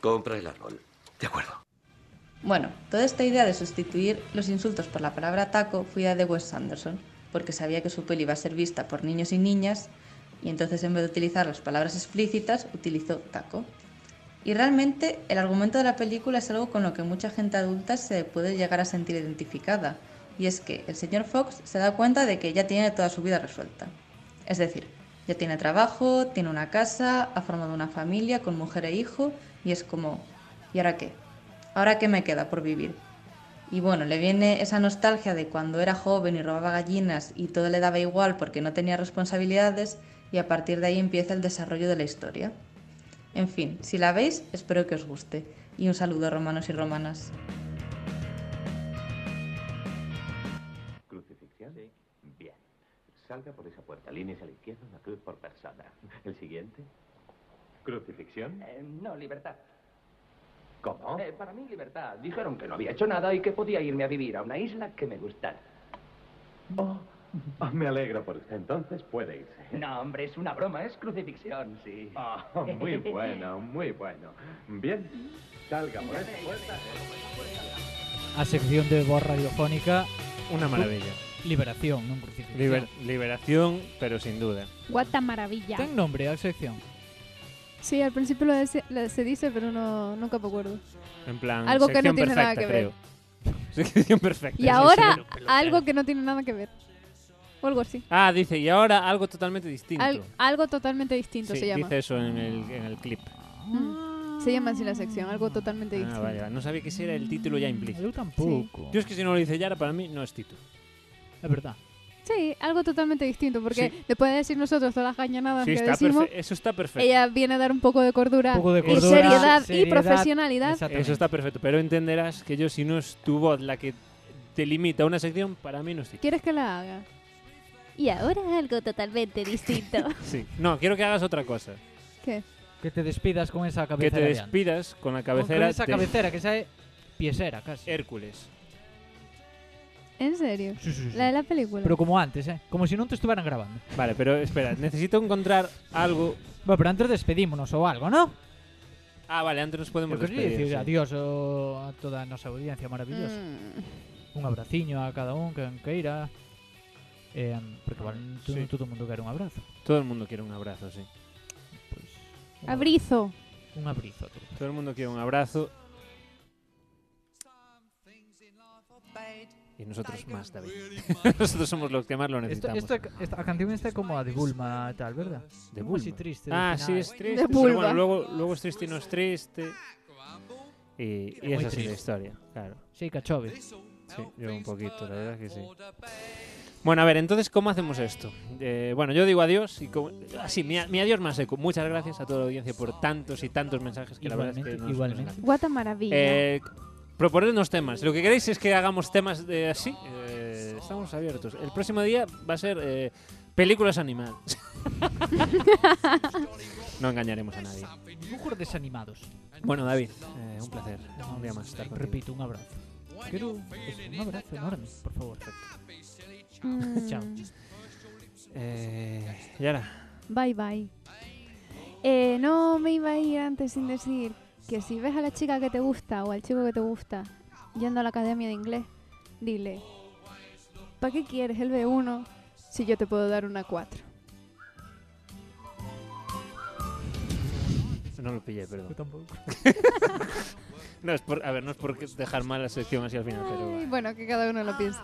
Compra el árbol. De acuerdo. Bueno, toda esta idea de sustituir los insultos por la palabra taco fue idea de Wes Anderson, porque sabía que su peli iba a ser vista por niños y niñas, y entonces en vez de utilizar las palabras explícitas, utilizó taco. Y realmente el argumento de la película es algo con lo que mucha gente adulta se puede llegar a sentir identificada, y es que el señor Fox se da cuenta de que ya tiene toda su vida resuelta. Es decir, ya tiene trabajo, tiene una casa, ha formado una familia con mujer e hijo, y es como, ¿y ahora qué? ¿Ahora qué me queda por vivir? Y bueno, le viene esa nostalgia de cuando era joven y robaba gallinas y todo le daba igual porque no tenía responsabilidades y a partir de ahí empieza el desarrollo de la historia. En fin, si la veis, espero que os guste. Y un saludo romanos y romanas. ¿Crucifixión? Sí. Bien. Salga por esa puerta. Líneas a la izquierda, una cruz por persona. ¿El siguiente? ¿Crucifixión? Eh, no, libertad. ¿Cómo? Eh, para mí, libertad. Dijeron que no había hecho nada y que podía irme a vivir a una isla que me gustara. me alegro por usted. Entonces puede irse. No, hombre, es una broma, es crucifixión, sí. Ah, muy bueno, muy bueno. Bien. Salga por esa puerta. A sección de voz radiofónica. Una maravilla. Liberación, no crucifixión. Liber- liberación, pero sin duda. Guata maravilla. Ten nombre a sección. Sí, al principio lo dese- lo- se dice, pero no, nunca me acuerdo. En plan, Algo que no sección tiene nada perfecta, que ver. creo. Sección perfecta. Y ahora, algo que no tiene nada que ver. O algo así. Ah, dice, y ahora algo totalmente distinto. Al- algo totalmente distinto Sí, se llama. dice eso en el, en el clip. Mm. Se llama así la sección, algo totalmente Ah, distinto. vale, vale. No sabía que ese era el título ya implícito. Yo tampoco. Yo es que si no lo dice Yara, para mí no es título. Es verdad. Sí, algo totalmente distinto, porque después de decir nosotros todas las cañonadas Sí, Ah, que está decimos, perfe- eso está perfecto. ella viene a dar un poco de cordura, Un poco de y cordura, seriedad, y seriedad, profesionalidad. Eso está perfecto. Pero entenderás que yo, si no es tu voz la que te limita a una sección, para mí no es título. ¿Quieres que la haga? Y ahora algo totalmente distinto. Sí. No, quiero que hagas otra cosa. ¿Qué? Que te despidas con esa Que cabecera. te de antes. despidas con la cabecera. esa de cabecera que sale piesera casi. Hércules. ¿En serio? sí, sí. La de la película. Pero como antes, ¿eh? Como si no te estuvieran grabando. Vale, pero espera, necesito encontrar algo. Bueno, pero antes despedímonos o algo, ¿no? Ah, vale, antes nos podemos Yo quería despedir. decir sí. adiós o a toda a nosa audiencia Mm. maravillosa. Un abraciño a cada un que queira. Eh, porque vale, tú- Mm, sí. todo el mundo quiere un abrazo. Pois, Todo el mundo quiere un abrazo, sí. Abrizo. Un abrizo. tú. Todo el mundo quiere un abrazo. Y nosotros más, David. nosotros somos los que más lo Esto, necesitamos. esto, esta canción está como a de Bulma tal, ¿verdad? De Como Bulma. así triste. Ah, al sí, final. es triste. pero bueno, luego, luego es triste y no es triste. Y, y Muy es así la triste. historia, claro. Sí, cachove. Sí, yo un poquito, la verdad que sí. Bueno, a ver, entonces, ¿cómo hacemos esto? Eh, bueno, yo digo adiós y como... ah, sí, mi, a- mi adiós más seco. Muchas gracias a toda la audiencia por tantos y tantos mensajes que la verdad es Igualmente, que nos- igualmente. nos encantan. Guata maravilla. Eh, proponernos temas. Lo que queréis es que hagamos temas de así. Eh, estamos abiertos. El próximo día va a ser eh, películas animadas. No engañaremos a nadie. Dibujos desanimados. Bueno, David, eh, un placer. Un día más estar contigo. Repito, un abrazo. Quiero eso, un abrazo enorme, por favor. Mm. Chao. Eh, Yara, Bye bye. Eh, no me iba a ir antes sin decir que si ves a la chica que te gusta o al chico que te gusta yendo a la academia de inglés, dile, ¿para qué quieres el B1 si yo te puedo dar una 4? no lo pillé, perdón. no, es por, a ver, no es por dejar mal la sección así al final, pero... Y bueno, que cada uno lo piensa.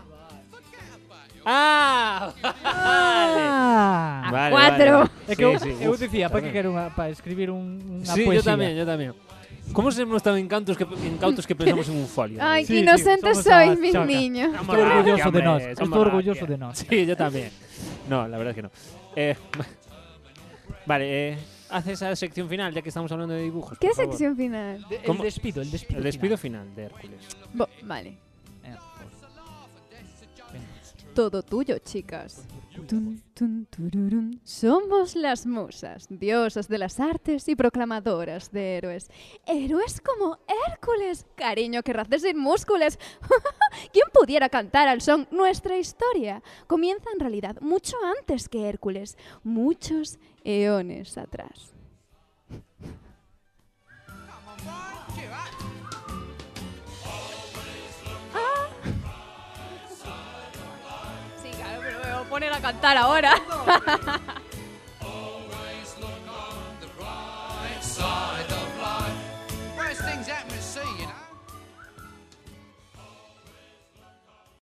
¡Ah! Ah, Vale, cuatro. vale. É Sí, que eu, sí, eu uf, dicía, para que tamén. quero unha, para escribir un, unha Sí, yo poesía. también, yo también. ¿Cómo se hemos tan incautos que, incautos que pensamos en un folio? Ay, qué inocentes sois, mis niños. Estoy orgulloso de nós, Somos estoy orgulloso raquia. de nós. Sí, yo también. No, la verdad es que no. Eh, vale, eh, haz esa sección final, ya que estamos hablando de dibujos. ¿Qué por favor. sección final? De- el despido, el despido Eh, El despido final, de Hércules. Bo- vale, Venga. todo tuyo, chicas. Tun, tun, tururún. Somos las musas, diosas de las artes y proclamadoras de héroes. Héroes como Hércules. Cariño, querrás decir múscules. ¿Quién pudiera cantar al son nuestra historia? Comienza en realidad mucho antes que Hércules, muchos eones atrás. Sí, claro, pero me voy a poner a cantar ahora.